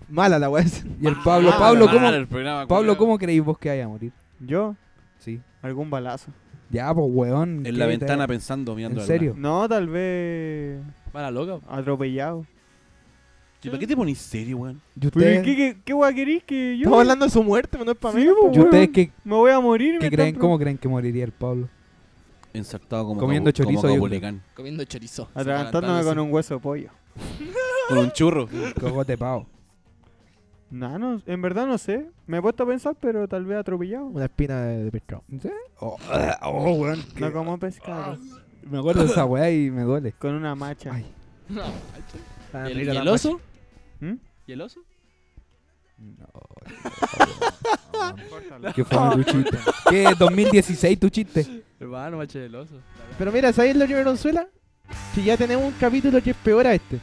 Mala la weá. Y el Pablo, Pablo, Ah, ¿cómo, el programa, Pablo, culiao. ¿cómo creéis vos que vaya a morir? Yo, Sí. algún balazo. Ya, pues, weón. En la ¿qué te- ventana pensando, mirando ¿En la serio? No, tal vez. Para loca. atropellado. luna. ¿Y para qué te pones serio, weón? ¿Y Pero, ustedes, Pues, ¿Qué, qué, qué weá querís que yo? Estamos hablando de su muerte, pero no es para mí. Sí, po, ¿Y ustedes weón. qué, Me voy a morir. y qué me creen? están ¿Cómo creen que moriría el Pablo? Ensartado como Comiendo cabu- como chorizo, yo cabulecán. Comiendo chorizo. Atragantándome con un hueso de pollo. Con un (laughs) churro. Cogote pao. No, no, en verdad no sé. Me he puesto a pensar, pero tal vez atropellado. Una espina de, de pescado. ¿Sí? Oh, oh, weón. que- No como pescado. Ah. Me acuerdo de esa weá y me duele. Con una macha. Ay. Ah, ¿Y el, mira y la el oso? ¿Mm? ¿Y el oso? No. Qué fome (laughs) tu chiste. ¿Qué? 2016 tu chiste. Hermano, macho del oso. ma- Pero mira, ¿sabes lo que me consuela? Que ya tenemos un capítulo que es peor a este.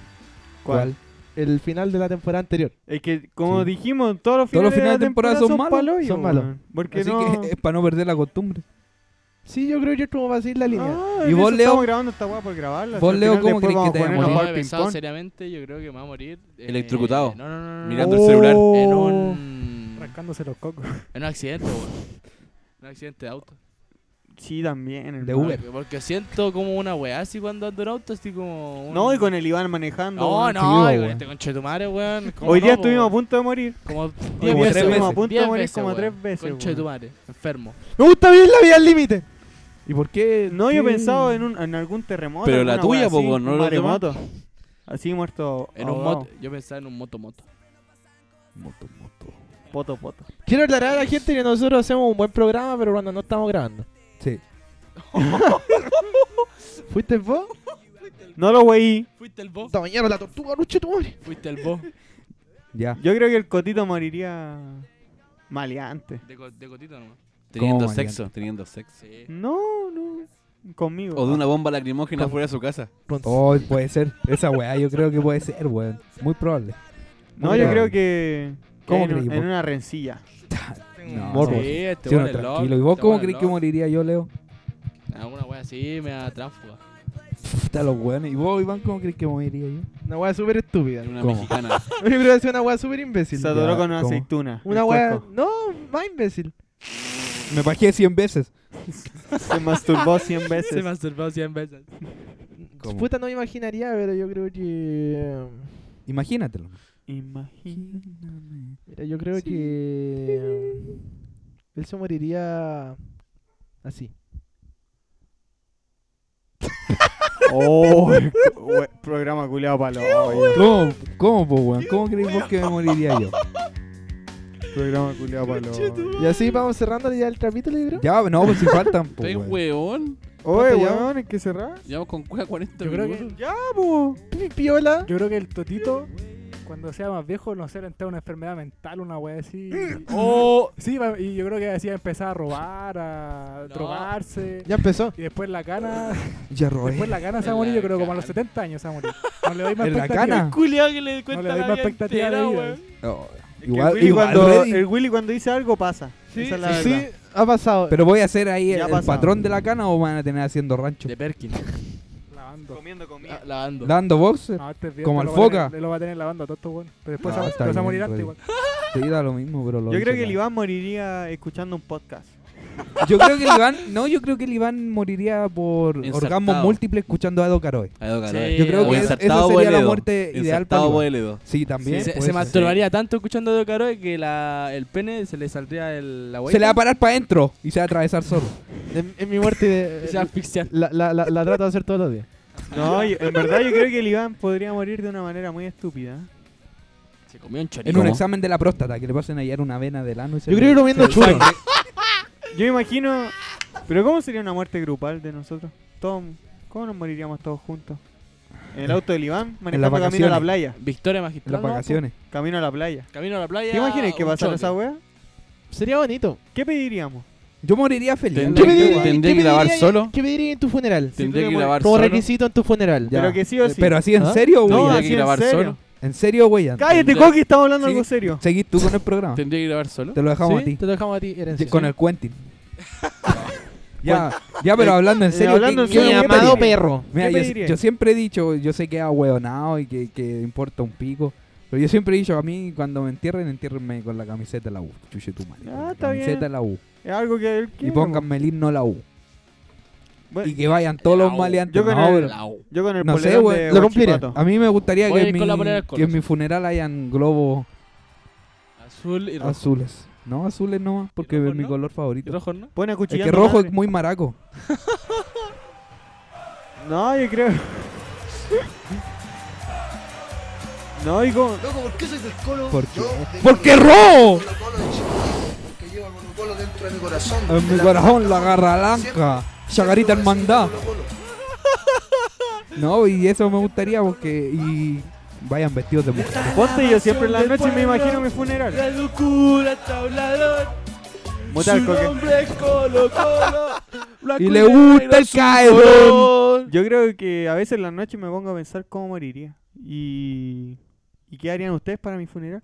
¿Cuál? el final de la temporada anterior. Es que, como dijimos, todos los Todos los finales, de, la finales de temporada temporada, son son malos, pa'l hoyo, son malos. weón. Porque Así no... Ah, que (laughs) es para no perder la costumbre. Sí, yo creo que es como va a seguir la línea. en y vos, eso Leo, Estamos grabando esta weá por grabarla. vos, si al Leo, final ¿cómo después crees vamos que a te poner vamos a Yo jugar he ping-pong. pensado seriamente, yo creo que me va a morir. eh, Electrocutado. no, no, no, no, Mirando no. el celular. En un, Oh. Rascándose los cocos. en un accidente, weón. En un accidente de auto. Sí, también. Porque- Porque siento como una weá así cuando ando en auto, así como. un- No, y con el Iván manejando. No, weón. no, y con este conche tu madre, weón. ¿cómo Hoy día no, po, estuvimos a weón? punto de morir. Como Como veces, tres Estuvimos a weón. punto de Diez morir veces, como weón. tres veces. Conche weón. tu madre, enfermo. Me gusta vivir la vida al límite. ¿Y por qué? No, yo he qué? pensado en, un, en algún terremoto. Pero la alguna weá tuya, po, así, weón, no un los demás. maremoto. Así muerto. En un ahogado. moto. Yo pensaba en un moto moto. Moto, moto. Poto, poto. Quiero aclarar a la gente que nosotros hacemos un buen programa, pero cuando no estamos grabando. Sí. (laughs) ¿Fuiste vos? No lo weí. Fuiste el bo. Esta mañana la tortuga, luche tu madre. Fuiste el bo. Ya. Yo creo que el cotito moriría maleante. (laughs) De, co- de cotito nomás. Teniendo ¿Cómo, sexo, teniendo sexo. No, no. Conmigo. O de una bomba lacrimógena fuera de su casa. Oh, puede ser. Esa weá, yo creo que puede ser, weón. Muy probable. No, Muy yo probable. creo que. que ¿Cómo en, creí, en po? una rencilla. No, Morbo. sí, Sí, este sí, weón no, es loco, tranquilo. ¿Y vos este cómo weón es crees que loco. moriría yo, Leo? Alguna wea así, me da tránsfuga. Puta los weones. ¿Y vos, Iván, cómo crees que moriría yo? Una hueá súper estúpida. (laughs) Una ¿Cómo? mexicana. Yo creo que es una hueá súper imbécil. Se adoró Ya, con una ¿cómo? aceituna. Una El hueá. cuerpo. No, más imbécil. Me bajé 100 veces. Se masturbó (laughs) 100 Se veces. masturbó 100 (laughs) veces. Puta, no me imaginaría, pero yo creo que. Imagínatelo. Imagina. Mira, yo creo que. Él se moriría. Así. (laughs) Oh, we- programa culeado palo. ¿Cómo, cómo, po, weón? ¿Cómo crees vos que me moriría yo? Programa culeado palo. Y así vamos cerrando ya el capítulo, yo creo. Ya, no, pues si faltan, po, ¿Estás weón. hueón? Oye, ¿Cuánto llevamos? weón, hay que cerrar. Llevamos con cueva 40 Yo creo minutos. que, Ya, po. Mi piola. yo creo que el Totito, cuando sea más viejo, no sé, le entra una enfermedad mental, una (clears throat) wea así. Oh, Sí, va- y yo creo que así va a empezar a robar, a No. drogarse. Ya empezó. Y después (clears throat) la cana. Ya robé. Después la pues, cana se va a En morir, la yo creo, como a los cana. 70 años se va a morir. No (laughs) le doy más ¿En la expectativa. cana? culiao que le cuenta le doy la más vida expectativa a la entera, vida. weón. Oh, Es que igual, el, Willy igual cuando, ready. el Willy cuando dice algo pasa. Sí, Esa es la sí, verdad. ha pasado. Pero voy a hacer ahí Ya el pasamos. patrón de la cana o van a tener haciendo rancho. De Perkin. Lavando. Comiendo comida. La- Lavando. Dando boxer. No, este es bien, Como al lo va a foca. tener- Lo va a tener lavando a todos estos weones. Pero después No, se va- está pero se va a bien, morir antes ready. igual. Sí, da lo mismo, pero lo Yo hice creo que el mal. Iván moriría escuchando un podcast. Yo creo que el Iván. No, yo creo que el Iván moriría por Ensartado. orgasmos múltiples escuchando a Edo Caroe. Ahí toca, ¿no? Sí, Yo creo o que es- esa ensartado sería la boledo. muerte ideal para Ensartado Iván. boledo. Sí, también. se, puede se ser. masturbaría tanto escuchando de Caroe que la, el pene se le saldría el, la Se le va a huella parar para adentro y se va a atravesar solo. En, en mi muerte. y (laughs) de- se va a asfixiar. la, la, la, la trato de hacer todos los días. No, yo- (laughs) en verdad yo creo que el Iván podría morir de una manera muy estúpida. Se comió un En chorizo. un ¿Cómo? examen de la próstata, que le pasen a hallar una vena del ano y se Yo le- creo que comiendo se- churros. Yo imagino... Pero ¿cómo sería una muerte grupal de nosotros? Tom, ¿cómo nos moriríamos todos juntos? En el auto del Iván, manejando camino a la vacaciones. playa. Victoria en magistral. las ¿no? vacaciones. Camino a la playa. Camino a la playa. ¿Te imaginas que un pasara choque. esa wea? Sería bonito. ¿Qué pediríamos? Yo moriría feliz. ¿eh? Tendré- Yo creo, weón. tendría que lavar pediría- solo. ¿Qué pediría en tu funeral? Tendría tú que te lavar Como solo. requisito en tu funeral. Pero que sí o sí. eh, Pero así en ¿Ah? serio, no, weón. Tendría así que en grabar serio. solo. En serio, weón. Cállate, Tendría- Coqui, estamos hablando Sí. algo serio. Seguís tú con el programa. Tendría que grabar solo. Te lo dejamos ¿Sí? a ti. Te lo dejamos a ti, herencia. Con el (laughs) Quentin. ya, ya, pero hablando en Eh, serio. hablando ¿qué- en qué- serio, qué ¿qué pediría? amado pedirías? perro. Mira, ¿Qué yo, pedirías? yo siempre he dicho, yo sé que es ahueonado y que, que importa un pico. Pero yo siempre he dicho, a mí cuando me entierren, entiérrenme con la camiseta de la U. Chuche tu madre. Ah, con la está bien. camiseta de la U. Es algo que él Y quiere, pónganme el himno de la U. Bueno, Y que vayan todos los maleantes. Yo con No, el- pero- Au. Yo con el No sé, polerón weón, de lo cumpliré. Huachipato. A mí me gustaría Voy a ir que en, mi, con la polera del que en Colo. mi funeral hayan globos Azul y rojo. azules. No, azules nomás, porque rojo es mi no? color ¿Y favorito. rojo no? Pone a Es cuchillar que a tu rojo madre. es muy maraco. No, yo creo. (laughs) No, y como. Loco, ¿por qué soy del colo? ¿Por qué? Yo de ¿Por Colo- qué rojo? Colo Colo de Chico, que lleva Colo Colo dentro de mi corazón. En mi La- corazón la garra blanca. Chagarita Siempre voy a hermandad. ser de Colo Colo. (laughs) No, y eso me gustaría porque. Y vayan vestidos de mujer. Ponte yo siempre en la noche me imagino mi funeral. locura tablador. Mutal, coque. es Colo Colo. Y le gusta el caedón. Yo creo que a veces en la noche me pongo a pensar cómo moriría. Y. ¿Y qué harían ustedes para mi funeral?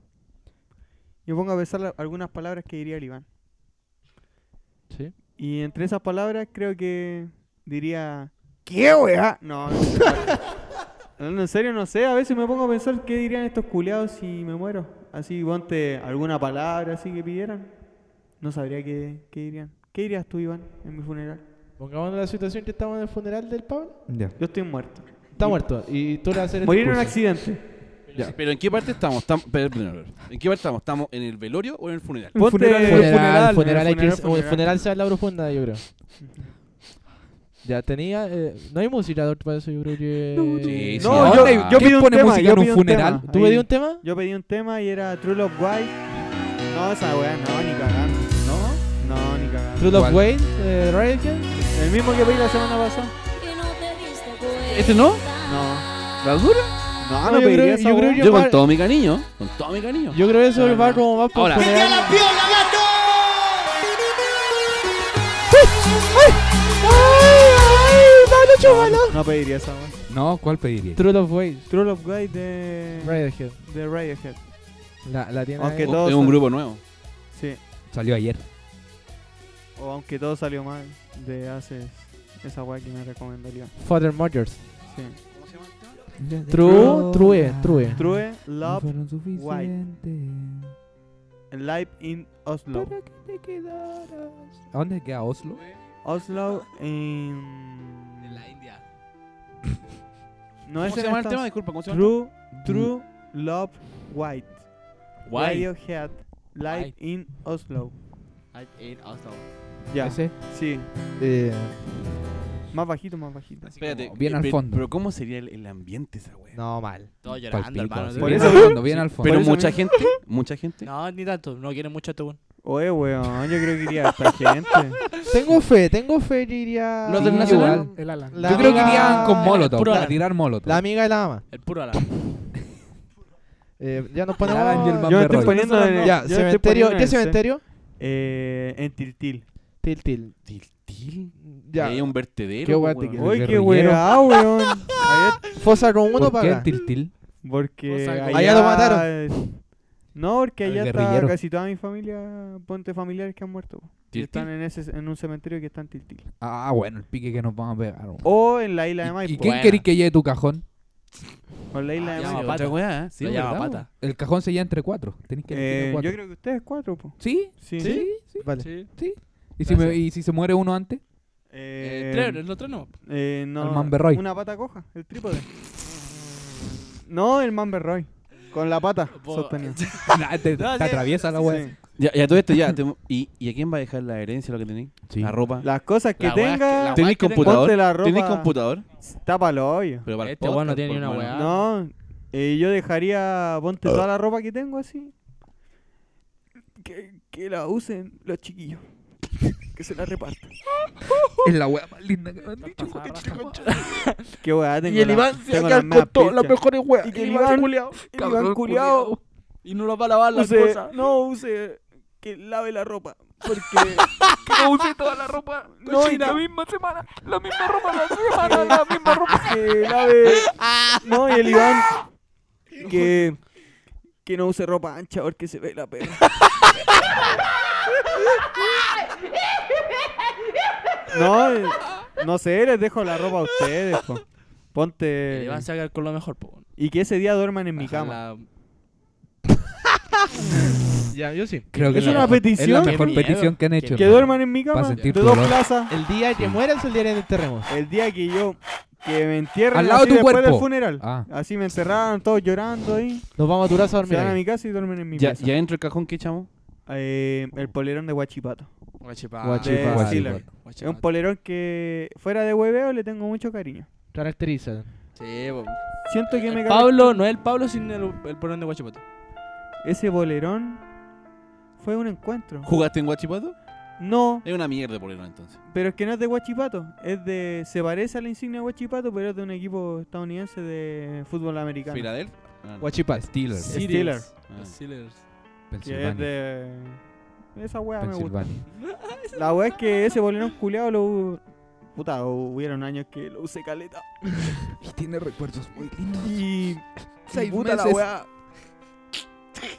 Yo pongo a pensar la- algunas palabras que diría el Iván. Sí. Y entre esas palabras creo que diría... ¿Qué, weá? No, no, no, no, en serio no sé. A veces me pongo a pensar qué dirían estos culiados si me muero. Así, ponte alguna palabra así que pidieran. No sabría qué, qué dirían. ¿Qué dirías tú, Iván, en mi funeral? Pongámonos en la situación que estamos en el funeral del Pablo. Ya. Yo estoy muerto. Está muerto. Y tú le vas a hacer el Morir en un discurso. (laughs) accidente. Ya, pero ¿en qué parte estamos? Estamos- pero- pero- pero- ¿En qué parte estamos? ¿Estamos en el velorio o en el funeral? Ponte- Funeral, funeral, funeral, funeral, hay que- funeral, o el funeral. funeral se va a la profunda, (laughs) yo creo. Ya tenía. eh, no hay música para eso, yo creo que. sí, No, yo, yo pedí un tema. yo pedí tema. ¿Tú Ahí. pedí un tema? Yo pedí un tema y era True Love White. No, esa weá, no, ni cagando. ¿No? No, ni cagando. True Love Wayne, eh, de Riot El mismo que pedí la semana pasada. ¿Este no? No. ¿La dura? Ah, No, no, pediría esa yo, weá. con todo mi cariño, con todo mi cariño. Yo creo que eso va como más por Ahora. funeral. No pediría esa weá. No, ¿cuál pediría? True Love Wayne. True Love White de. Radiohead. De Radiohead. La, la tiene. Aunque ahí. todos es un sal- grupo nuevo. Sí. Salió ayer. O aunque todo salió mal de hace esa weá que me recomendó el Iván. Father Motors. Sí. True, true, true. True Love fueron White. Live in Oslo. ¿A dónde queda Oslo? Oslo en. En la India. No ¿Cómo es se en llama el Estados- tema? Disculpa, ¿cómo se llama el True, True Love White. White. Radiohead. Live White. in Oslo. I'd eat also. Ya. ¿Ese? Sí. Eh, Más bajito, más bajito. Espérate, bien eh, al pe- fondo. Pero ¿cómo sería el, el ambiente esa weá? no, mal. Todo llorando, Palpito, hermano. así. sí. Por eso- bien al fondo. Pero Por eso mucha mismo. gente, mucha (laughs) gente. No, ni tanto. No quieren mucho este a tu Oye, weón, yo creo que iría hasta gente. (laughs) Tengo fe, tengo fe, yo iría. Los del Nacional. igual. El Alan. La Yo creo que amiga- eh, irían con Molotov, puro a Alan. tirar Molotov. La amiga de la ama. El puro Alan. Eh, ya nos El Alan y el ponemos. Van Yo me Berroy. estoy poniendo en el- Ya, yo me estoy cementerio. poniendo en ¿Qué el C. cementerio? Eh, en Tiltil. Til, til. ¿Tiltil? Ya. Ahí hay un vertedero. Qué guay te weón. quiero. Uy, qué guerrillero. weá, weón. Ahí- Fosa con uno ¿Por qué para el tiltil? Porque Cosa que- Allá lo mataron. No, porque Al allá está guerrillero. casi toda mi familia, ponte familiares que han muerto. po. Y están en, ese, en un cementerio que está en Tiltil. Ah, bueno, el pique que nos van a pegar. weón. O en la isla de ¿Y, y Maipo. quién Buena. querís que lleve tu cajón? O en la Ah, isla de Ya, Maipo. papá. Otra weá, ¿eh? Sí, Lo es llama verdad, pata. El cajón se lleva entre cuatro. Tenéis que elegir Eh, entre yo cuatro. creo que ustedes cuatro, po. ¿Sí? Sí. ¿Sí? ¿Sí? Vale. (laughs) Sí. ¿Y, si me- ¿Y si se muere uno antes? (laughs) Eh, Eh, tres, los tres no. eh, no, Al Manberroy. Una pata coja, el trípode. No, el Manberroy. Con la pata Bo- sostenida. Nah, te, No, te sí, atraviesa eh, la wea. Ya, ya todo esto, ya. te- ¿y, ¿Y a quién va a dejar la herencia, lo que tenéis? Sí. La ropa. Las cosas que La weá es que- tenga, la ¿Tenéis que tengo. computador? Ponte la ropa. ¿Tenéis computador? tápalo hoyo. Pero para el Este weón no podcast, tiene ni por una mano. weá. No, eh, yo dejaría, ponte toda la ropa que tengo así. Que, que la usen los chiquillos. que se la (laughs) repartan. (laughs) Es la wea más linda que me han dicho. Qué weá, tengo la- tengo las meas pinchas. weas. Y que el Iván, el Iván Cabrón culiao Y no lo va a lavar las use- cosas. No use que lave la ropa. Porque. (laughs) que no use toda la ropa. No, y la misma semana. (laughs) La misma ropa la semana. la misma ropa. Que lave. No, y el Iván. Que. Que no use ropa ancha porque se ve la pega. (laughs) No, eh, no sé, les dejo la ropa a ustedes. po. Le Ponte. van a sacar con lo mejor, po. weón. Y que ese día duerman en Eh, mi cama. Ojalá- Ya, yo sí. Creo que ¿Es la una mejor- Es la petición? mejor Qué miedo. petición que han hecho. Que hermano. duerman en mi Para cama. De sentir tu dos dolor. plazas. El día que mueras, el día del terremoto. El día que yo que me entierren Al lado así de tu después cuerpo. del funeral. Ah. Así me enterraron todos llorando ahí. Nos vamos a tu casa a Se dormir. van a ahí. mi casa y duermen en mi Ya, mesa. ya dentro el cajón, ¿qué echamos? Eh, el polerón de Huachipato. Guachipá. Guachipá. De Guachipá. Silar. Es un polerón que fuera de hueveo le tengo mucho cariño. Caracteriza. Sí, po. Siento que me Eh, El caracter- Pablo, no es el Pablo sin el, el porón de Guachipato. Ese polerón fue un encuentro. ¿Jugaste en Guachipato? No, Es una mierda por polerón entonces. pero es que no es de Huachipato. Es de. Se parece a la insignia de Huachipato, pero es de un equipo estadounidense de fútbol americano. ¿Filadelfia? Ah, no. Guachipá. Steelers. Steelers. Ah. Los Steelers. Que es Pensilvania. de. Esa wea me gusta. Pensilvania. La weá es que ese bolerón culeado lo. Puta, hubieron años que lo usé caleta. Y tiene recuerdos muy lindos. Y. Seis puta la meses. weá.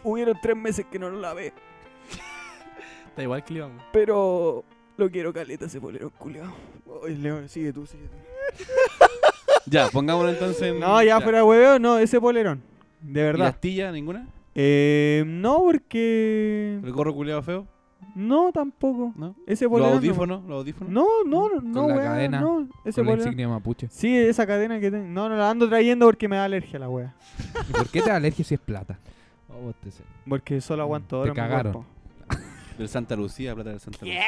hubieron tres meses que no lo lavé. Está igual que León. Pero lo quiero caleta ese bolero culiao. Ay, León, sigue tú, sigue tú. Ya, pongámoslo entonces en- (laughs) Em, No, ya, fuera hueveo, no, ese polerón. De ¿Y la verdad. astilla ninguna? Eh, no, porque. ¿El gorro culeado feo? No, tampoco. Ese ¿Los polerón. no. audífonos? ¿Los audífonos? No, no, no, no, la weá, cadena, no, ese con la polerón. insignia mapuche. Sí, esa cadena que tengo. No, no la ando trayendo porque me da alergia la wea. ¿Y por qué te da alergia si es plata? Oh, vos te sé. Porque solo aguanto ahora. Te cagaron. Del Santa Lucía, plata del Santa Lucía.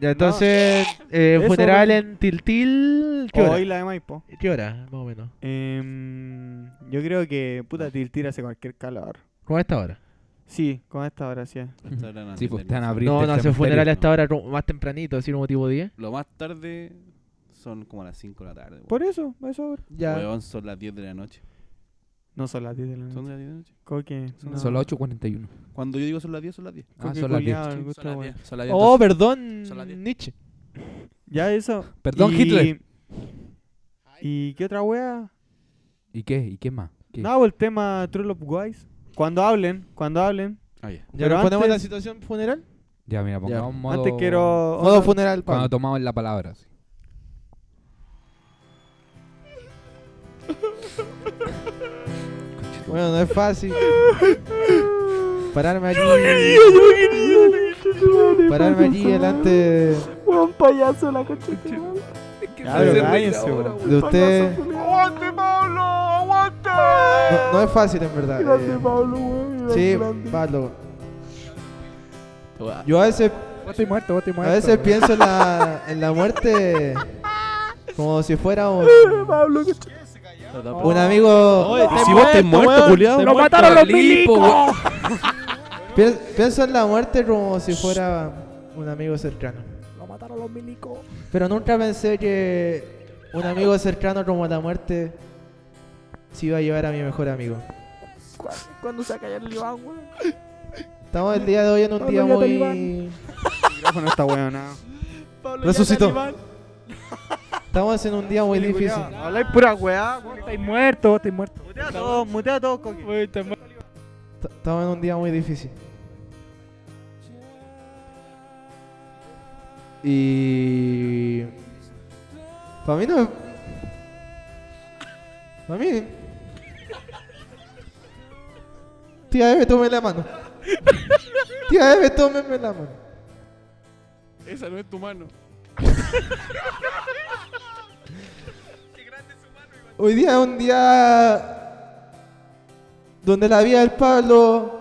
Ya, entonces, eh, Eso, funeral pues. en Tiltil. ¿Qué hora? Hoy la de Maipo. ¿Qué hora, más o menos? Em, yo creo que puta Tiltir hace cualquier calor. ¿Cómo a esta hora? Sí, con esta hora sí. Sí, pues, te van a abrir No, del no, hace cementerio. funeral a esta hora como más tempranito, así como tipo 10. Lo más tarde son como a las 5 de la tarde. Por eso, a esa hora. Ya. Weón, son las 10 de la noche. No son las 10 de la noche. ¿Son las 10 de la noche? Coque, no. Son las 8.41. Cuando yo digo son las 10, son las 10. Ah, Coque son las 10. culiao, el gusto, las weón. 10, son las 10. Oh, Entonces, perdón, son las 10. Nietzsche. Ya eso. Perdón, Y- Hitler. ¿Y qué otra wea? ¿Y qué? ¿Y qué más? ¿Qué? No, el tema True Love Guys. Cuando hablen, cuando hablen. Ah, ya. ¿Ya nos ponemos en la situación funeral? Ya, mira, pongamos Ya. modo... Antes quiero- Modo funeral, Cuando Pablo. tomamos la palabra, sí. Bueno, no es fácil. Pararme aquí. Pararme aquí delante Un payaso la coche. Ya, pero cállense, weón. de usted. ¡Aguante, Pablo! ¡Aguante! No, no es fácil, en verdad. Grande, eh. Pablo, weón. Sí, Grande. Pablo. Yo a veces Vos estoy muerto, vos estoy A muerto. veces pienso en la, en la muerte como si fuera un, (laughs) Pablo, que un amigo. si vos este te muerto, culiado. ¡Lo mataron los milicos! milicos! Pienso, en la muerte como si fuera un amigo cercano. Lo mataron los milicos. Pero nunca pensé que un amigo cercano como la muerte se iba a llevar a mi mejor amigo. ¿Cuándo se va a callar el Iván, weón? Estamos el día de hoy en un Pablo, día ya muy. talibán. El micrófono está weón, nada. Pablo, Resucitó. Estamos en un día muy difícil. Habláis pura weá. Estoy muerto, estoy muerto. Mutea a todos, mutea a todos, Coque. T- Estamos en un día muy difícil. Y. Para mí no. Para mí. Tía Eve, tome la mano. Tía Eve, tómeme la mano. Esa no es tu mano. Hoy día es un día. Donde la vida del Pablo.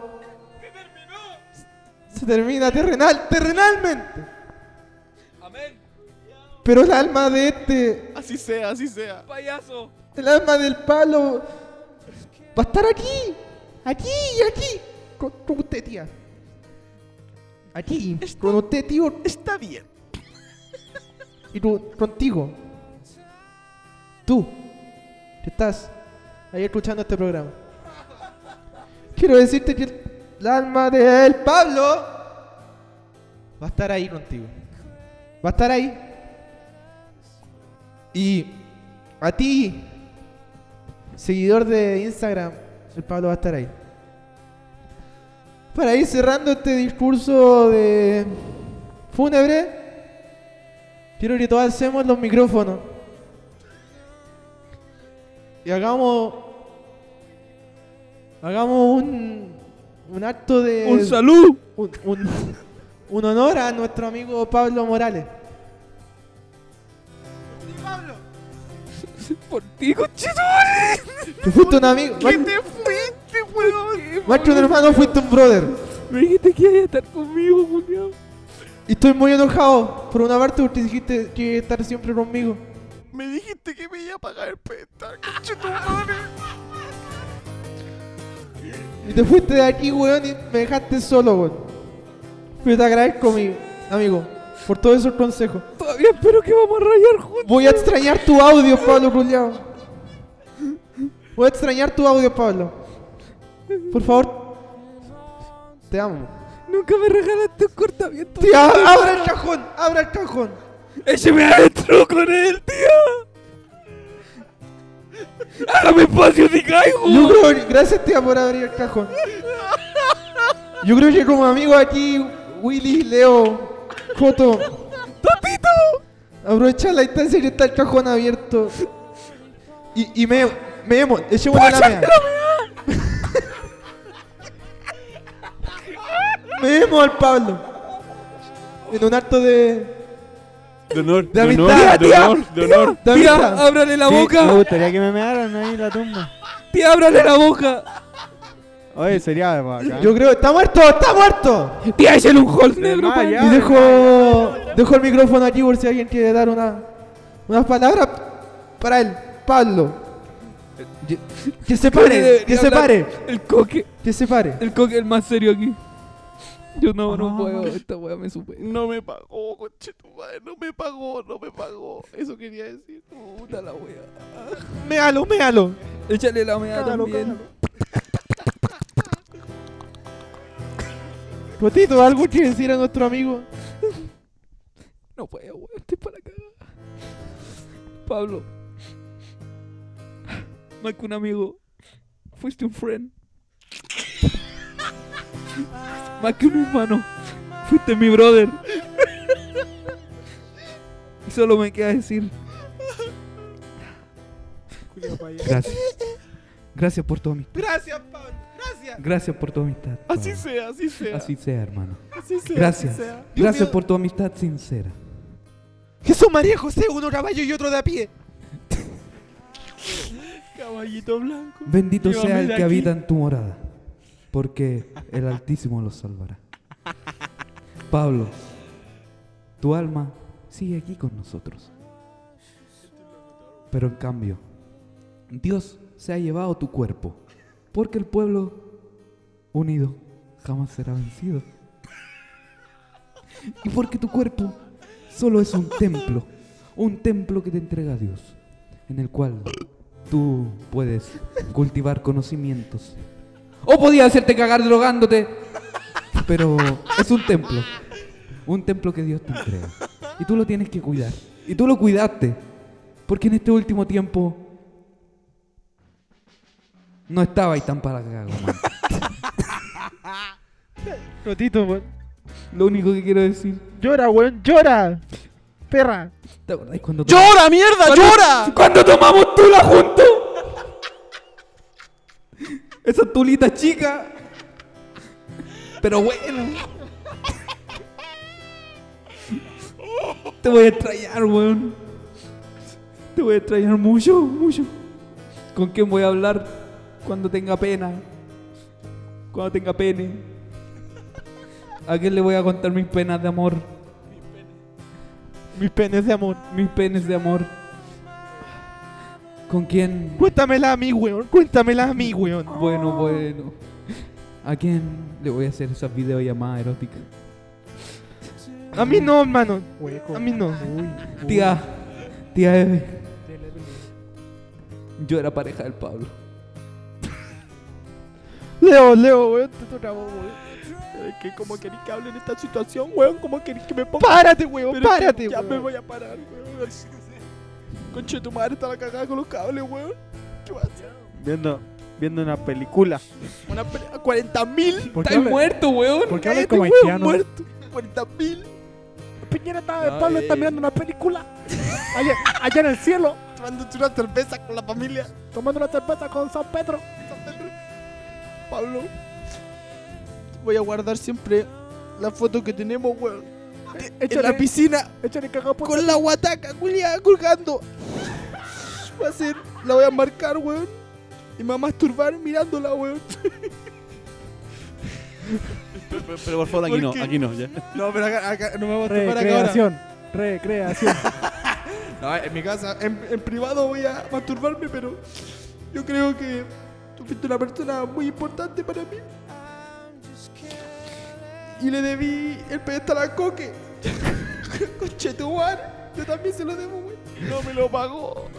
Se termina terrenal, terrenalmente. Amén. Pero el alma de este. Así sea, así sea. Payaso. El alma del palo va a estar aquí, aquí y aquí. Con, con usted, tía. Aquí, con usted, tío. Está bien. Y tú, contigo. Tú, que estás ahí escuchando este programa. Quiero decirte que el, el alma del Pablo va a estar ahí contigo. Va a estar ahí. Y a ti, seguidor de Instagram, el Pablo va a estar ahí. Para ir cerrando este discurso de fúnebre, quiero que todos hacemos los micrófonos. Y hagamos. Hagamos un. Un acto de. Un salud. Un, un- un honor a nuestro amigo Pablo Morales. Por ti, cochito. Que fuiste un amigo. ¿Qué te fuiste, weón? Más que un hermano, fuiste un brother. Me dijiste que ibas a estar conmigo, Julián. Y estoy muy enojado. Por una parte, porque dijiste que iba a estar siempre conmigo. Me dijiste que me iba a pagar el pestar, cochito, madre. Y te fuiste de aquí, weón, y me dejaste solo, weón. Pero te agradezco, mi amigo, por todos esos consejos. Todavía espero que vamos a rayar juntos. Voy a extrañar tu audio, Pablo Culeado. Voy a extrañar tu audio, Pablo. Por favor. Te amo. Nunca me regalaste un cortamiento. Tía, abra el cajón, abra el cajón. ¡Écheme adentro con él, tía! ¡Hágame espacio si caigo! Yo creo- gracias, tía, por abrir el cajón. Yo creo que como amigo aquí, Willy, Leo, Joto. ¡Papito! Aprovechar la instancia que está el cajón abierto. Y, y me. Memo, echemos la mea. Memo al Pablo. En un acto de. De honor, de amistad. de honor, de honor. De Tía, amistad. ábrale la boca. Me gustaría que me mearan ahí en la tumba. Tía, ábrale la boca. Oye, sería bacán. Yo creo, está muerto, está muerto. Tía, échale un hall negro, pa. Y dejo, dejo el micrófono aquí por si alguien quiere dar una, unas palabras para él, Pablo. Que se Cari pare, debería que se hablar. pare. El coque. Que se pare. El coque es el más serio aquí. Yo no, no puedo. Esta weá me supe. No me pagó, conche tu madre, no me pagó, no me pagó. Eso quería decir. Puta la wea. Méalo, méalo. Échale la mea también. Cotito, ¿algo que decir a nuestro amigo? No puedo, weón. Estoy para acá. Pablo. Más que un amigo. Fuiste un friend. Más que un hermano. Fuiste mi brother. Y solo me queda decir. Gracias. Gracias por tu amistad. Gracias, Pablo. Gracias. Gracias por tu amistad. Así Pablo. sea, así sea. Así sea, hermano. Así sea, Gracias. así sea. Dios Gracias mío. por tu amistad sincera. Jesús María José, uno caballo y otro de a pie. Caballito blanco. Bendito Llévame sea el de que aquí. habita en tu morada, porque el Altísimo los salvará. Pablo, tu alma sigue aquí con nosotros. Pero en cambio, Dios se ha llevado tu cuerpo, porque el pueblo unido jamás será vencido. Y porque tu cuerpo solo es un templo, un templo que te entrega Dios, en el cual tú puedes cultivar conocimientos. O podías hacerte cagar drogándote, pero es un templo, un templo que Dios te entrega. Y tú lo tienes que cuidar. Y tú lo cuidaste, porque en este último tiempo no estaba ahí tan para cagar, hermano. Cotito, weón. Lo único que quiero decir. Llora, weón, llora. Perra. ¿Te acordáis cuando ¡Llora, mierda, (laughs) llora! Cuando tomamos tula juntos. Esa tulita chica. Pero bueno. Te voy a extrañar, weón. Te voy a extrañar mucho, mucho. ¿Con quién voy a hablar cuando tenga pena? Cuando tenga pene. ¿A quién le voy a contar mis penas de amor? Mis penes de amor. Mis penes de amor. ¿Con quién? Cuéntamela a mí, weón. Cuéntamela a mí, weón. Bueno, bueno. ¿A quién le voy a hacer esas videollamadas eróticas? A mí no, hermano. A mí no. Tía, tía Eve. Yo era pareja del Pablo. Leo, Leo, weón. Te toca, Es que como queréis que hable en esta situación, weón, como queréis que me ponga. Párate, weón, Pero es que párate, Ya weón. me voy a parar, weón. Conche tu madre está la cagada con los cables, weón. ¿Qué va a hacer? Viendo, viendo una película. Una pelea. 40 mil. ¿Por qué hablas- ¿Por qué hablas como haitiano? muerto. 40 mil. Piñera está, No, Pablo está eh. mirando una película. Allá, allá en el cielo. Tomándote una cerveza con la familia. Tomando una cerveza con San Pedro. Pablo. Voy a guardar siempre la foto que tenemos, weón. en la piscina. Con la guataca, culiada, colgando. Va a ser, la voy a marcar, weón. Y me va a masturbar mirándola, weón. Pero, pero por favor, aquí no, Porque- aquí no, ya. No, pero acá, acá no me voy a masturbar acá ahora. Recreación. Recreación. No, en mi casa, en, en privado voy a masturbarme, pero yo creo que tú fuiste una persona muy importante para mí. Y le debí el pedestal al coque. (laughs) Conchetumar, yo también se lo debo, güey. No me lo pagó.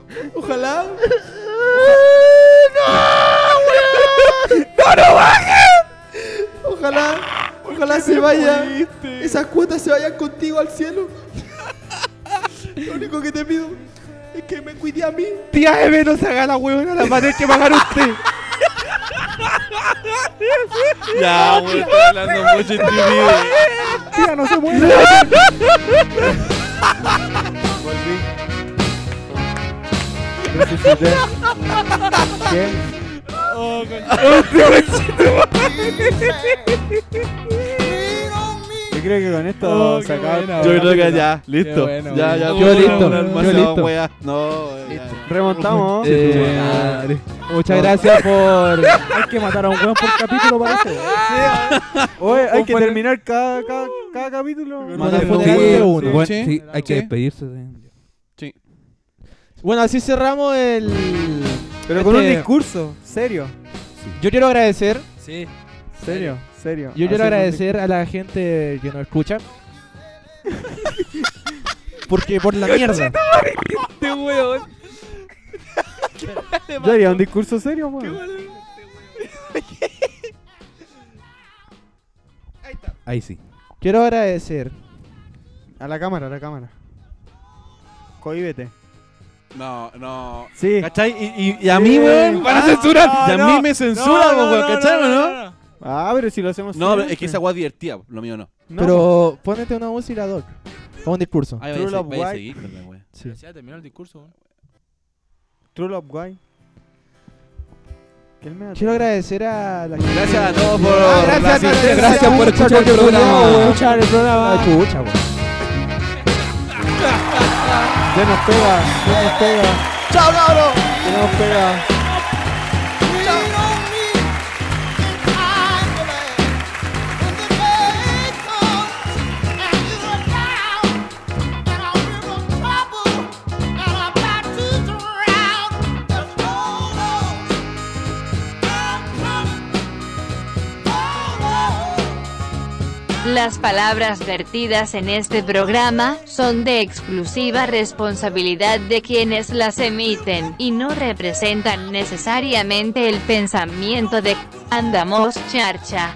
(laughs) Ojalá. ¡No! ¡No lo bajes! Ojalá, ojalá se me vaya. Esas cuotas se vayan contigo al cielo. (laughs) Lo único que te pido es que me cuide a mí. Tía Eve, no se haga la weón. La va a tener que pagar usted. Ya, (laughs) weón, estoy hablando mucho en Tía, no se mueve. Oh, Yo creo que con Oh, esto se acaba. Yo creo que ya, listo. ya, ya, Yo vamos a listo, hablar yo más, no, listo. weá. No, ya, ya. Remontamos. Eh, Muchas gracias por. Hay que matar a un weón por capítulo, parece. Oye, hay que terminar cada, cada, cada capítulo. Matar Sí, funeral de uno. bueno, Sí, sí, hay que sí. despedirse de Bueno, así cerramos el. Pero con un este- discurso, serio. Yo quiero agradecer. Sí. Serio, serio. Yo quiero Hacer un agradecer a la gente que nos escucha. Porque por la mierda. Este weón. discurso. Yo haría un discurso serio, weón. Ahí sí. Quiero agradecer. A la cámara, a la cámara. Cohíbete. No, no. Sí. ¿Cachai? Y, y- y a mí, weón. (laughs) Van a ah, censurar. Y a No, mí me no, censura, no, weón. no, ¿Cachai, no, o no, no? Ah, pero si lo hacemos. No, pero es que siempre. esa weá es divertida, lo mío no. Pero ponete una música, Doc. O un discurso. Ahí vaya, a se- vaya a seguir con la weá. Sí. Ya terminó el discurso, weón. True Love Guy. Que él me Quiero agradecer a la gente. Gracias a todos por Ah, la gracias, asistencia. gracias, gracias por escuchar el programa. weón. Escuchar el programa. Ah, chucha, weón. Ya nos pega, ya nos pega. ¡Chao, cabrón! Ya nos pega. Las palabras vertidas en este programa son de exclusiva responsabilidad de quienes las emiten y no representan necesariamente el pensamiento de Andamos Charcha.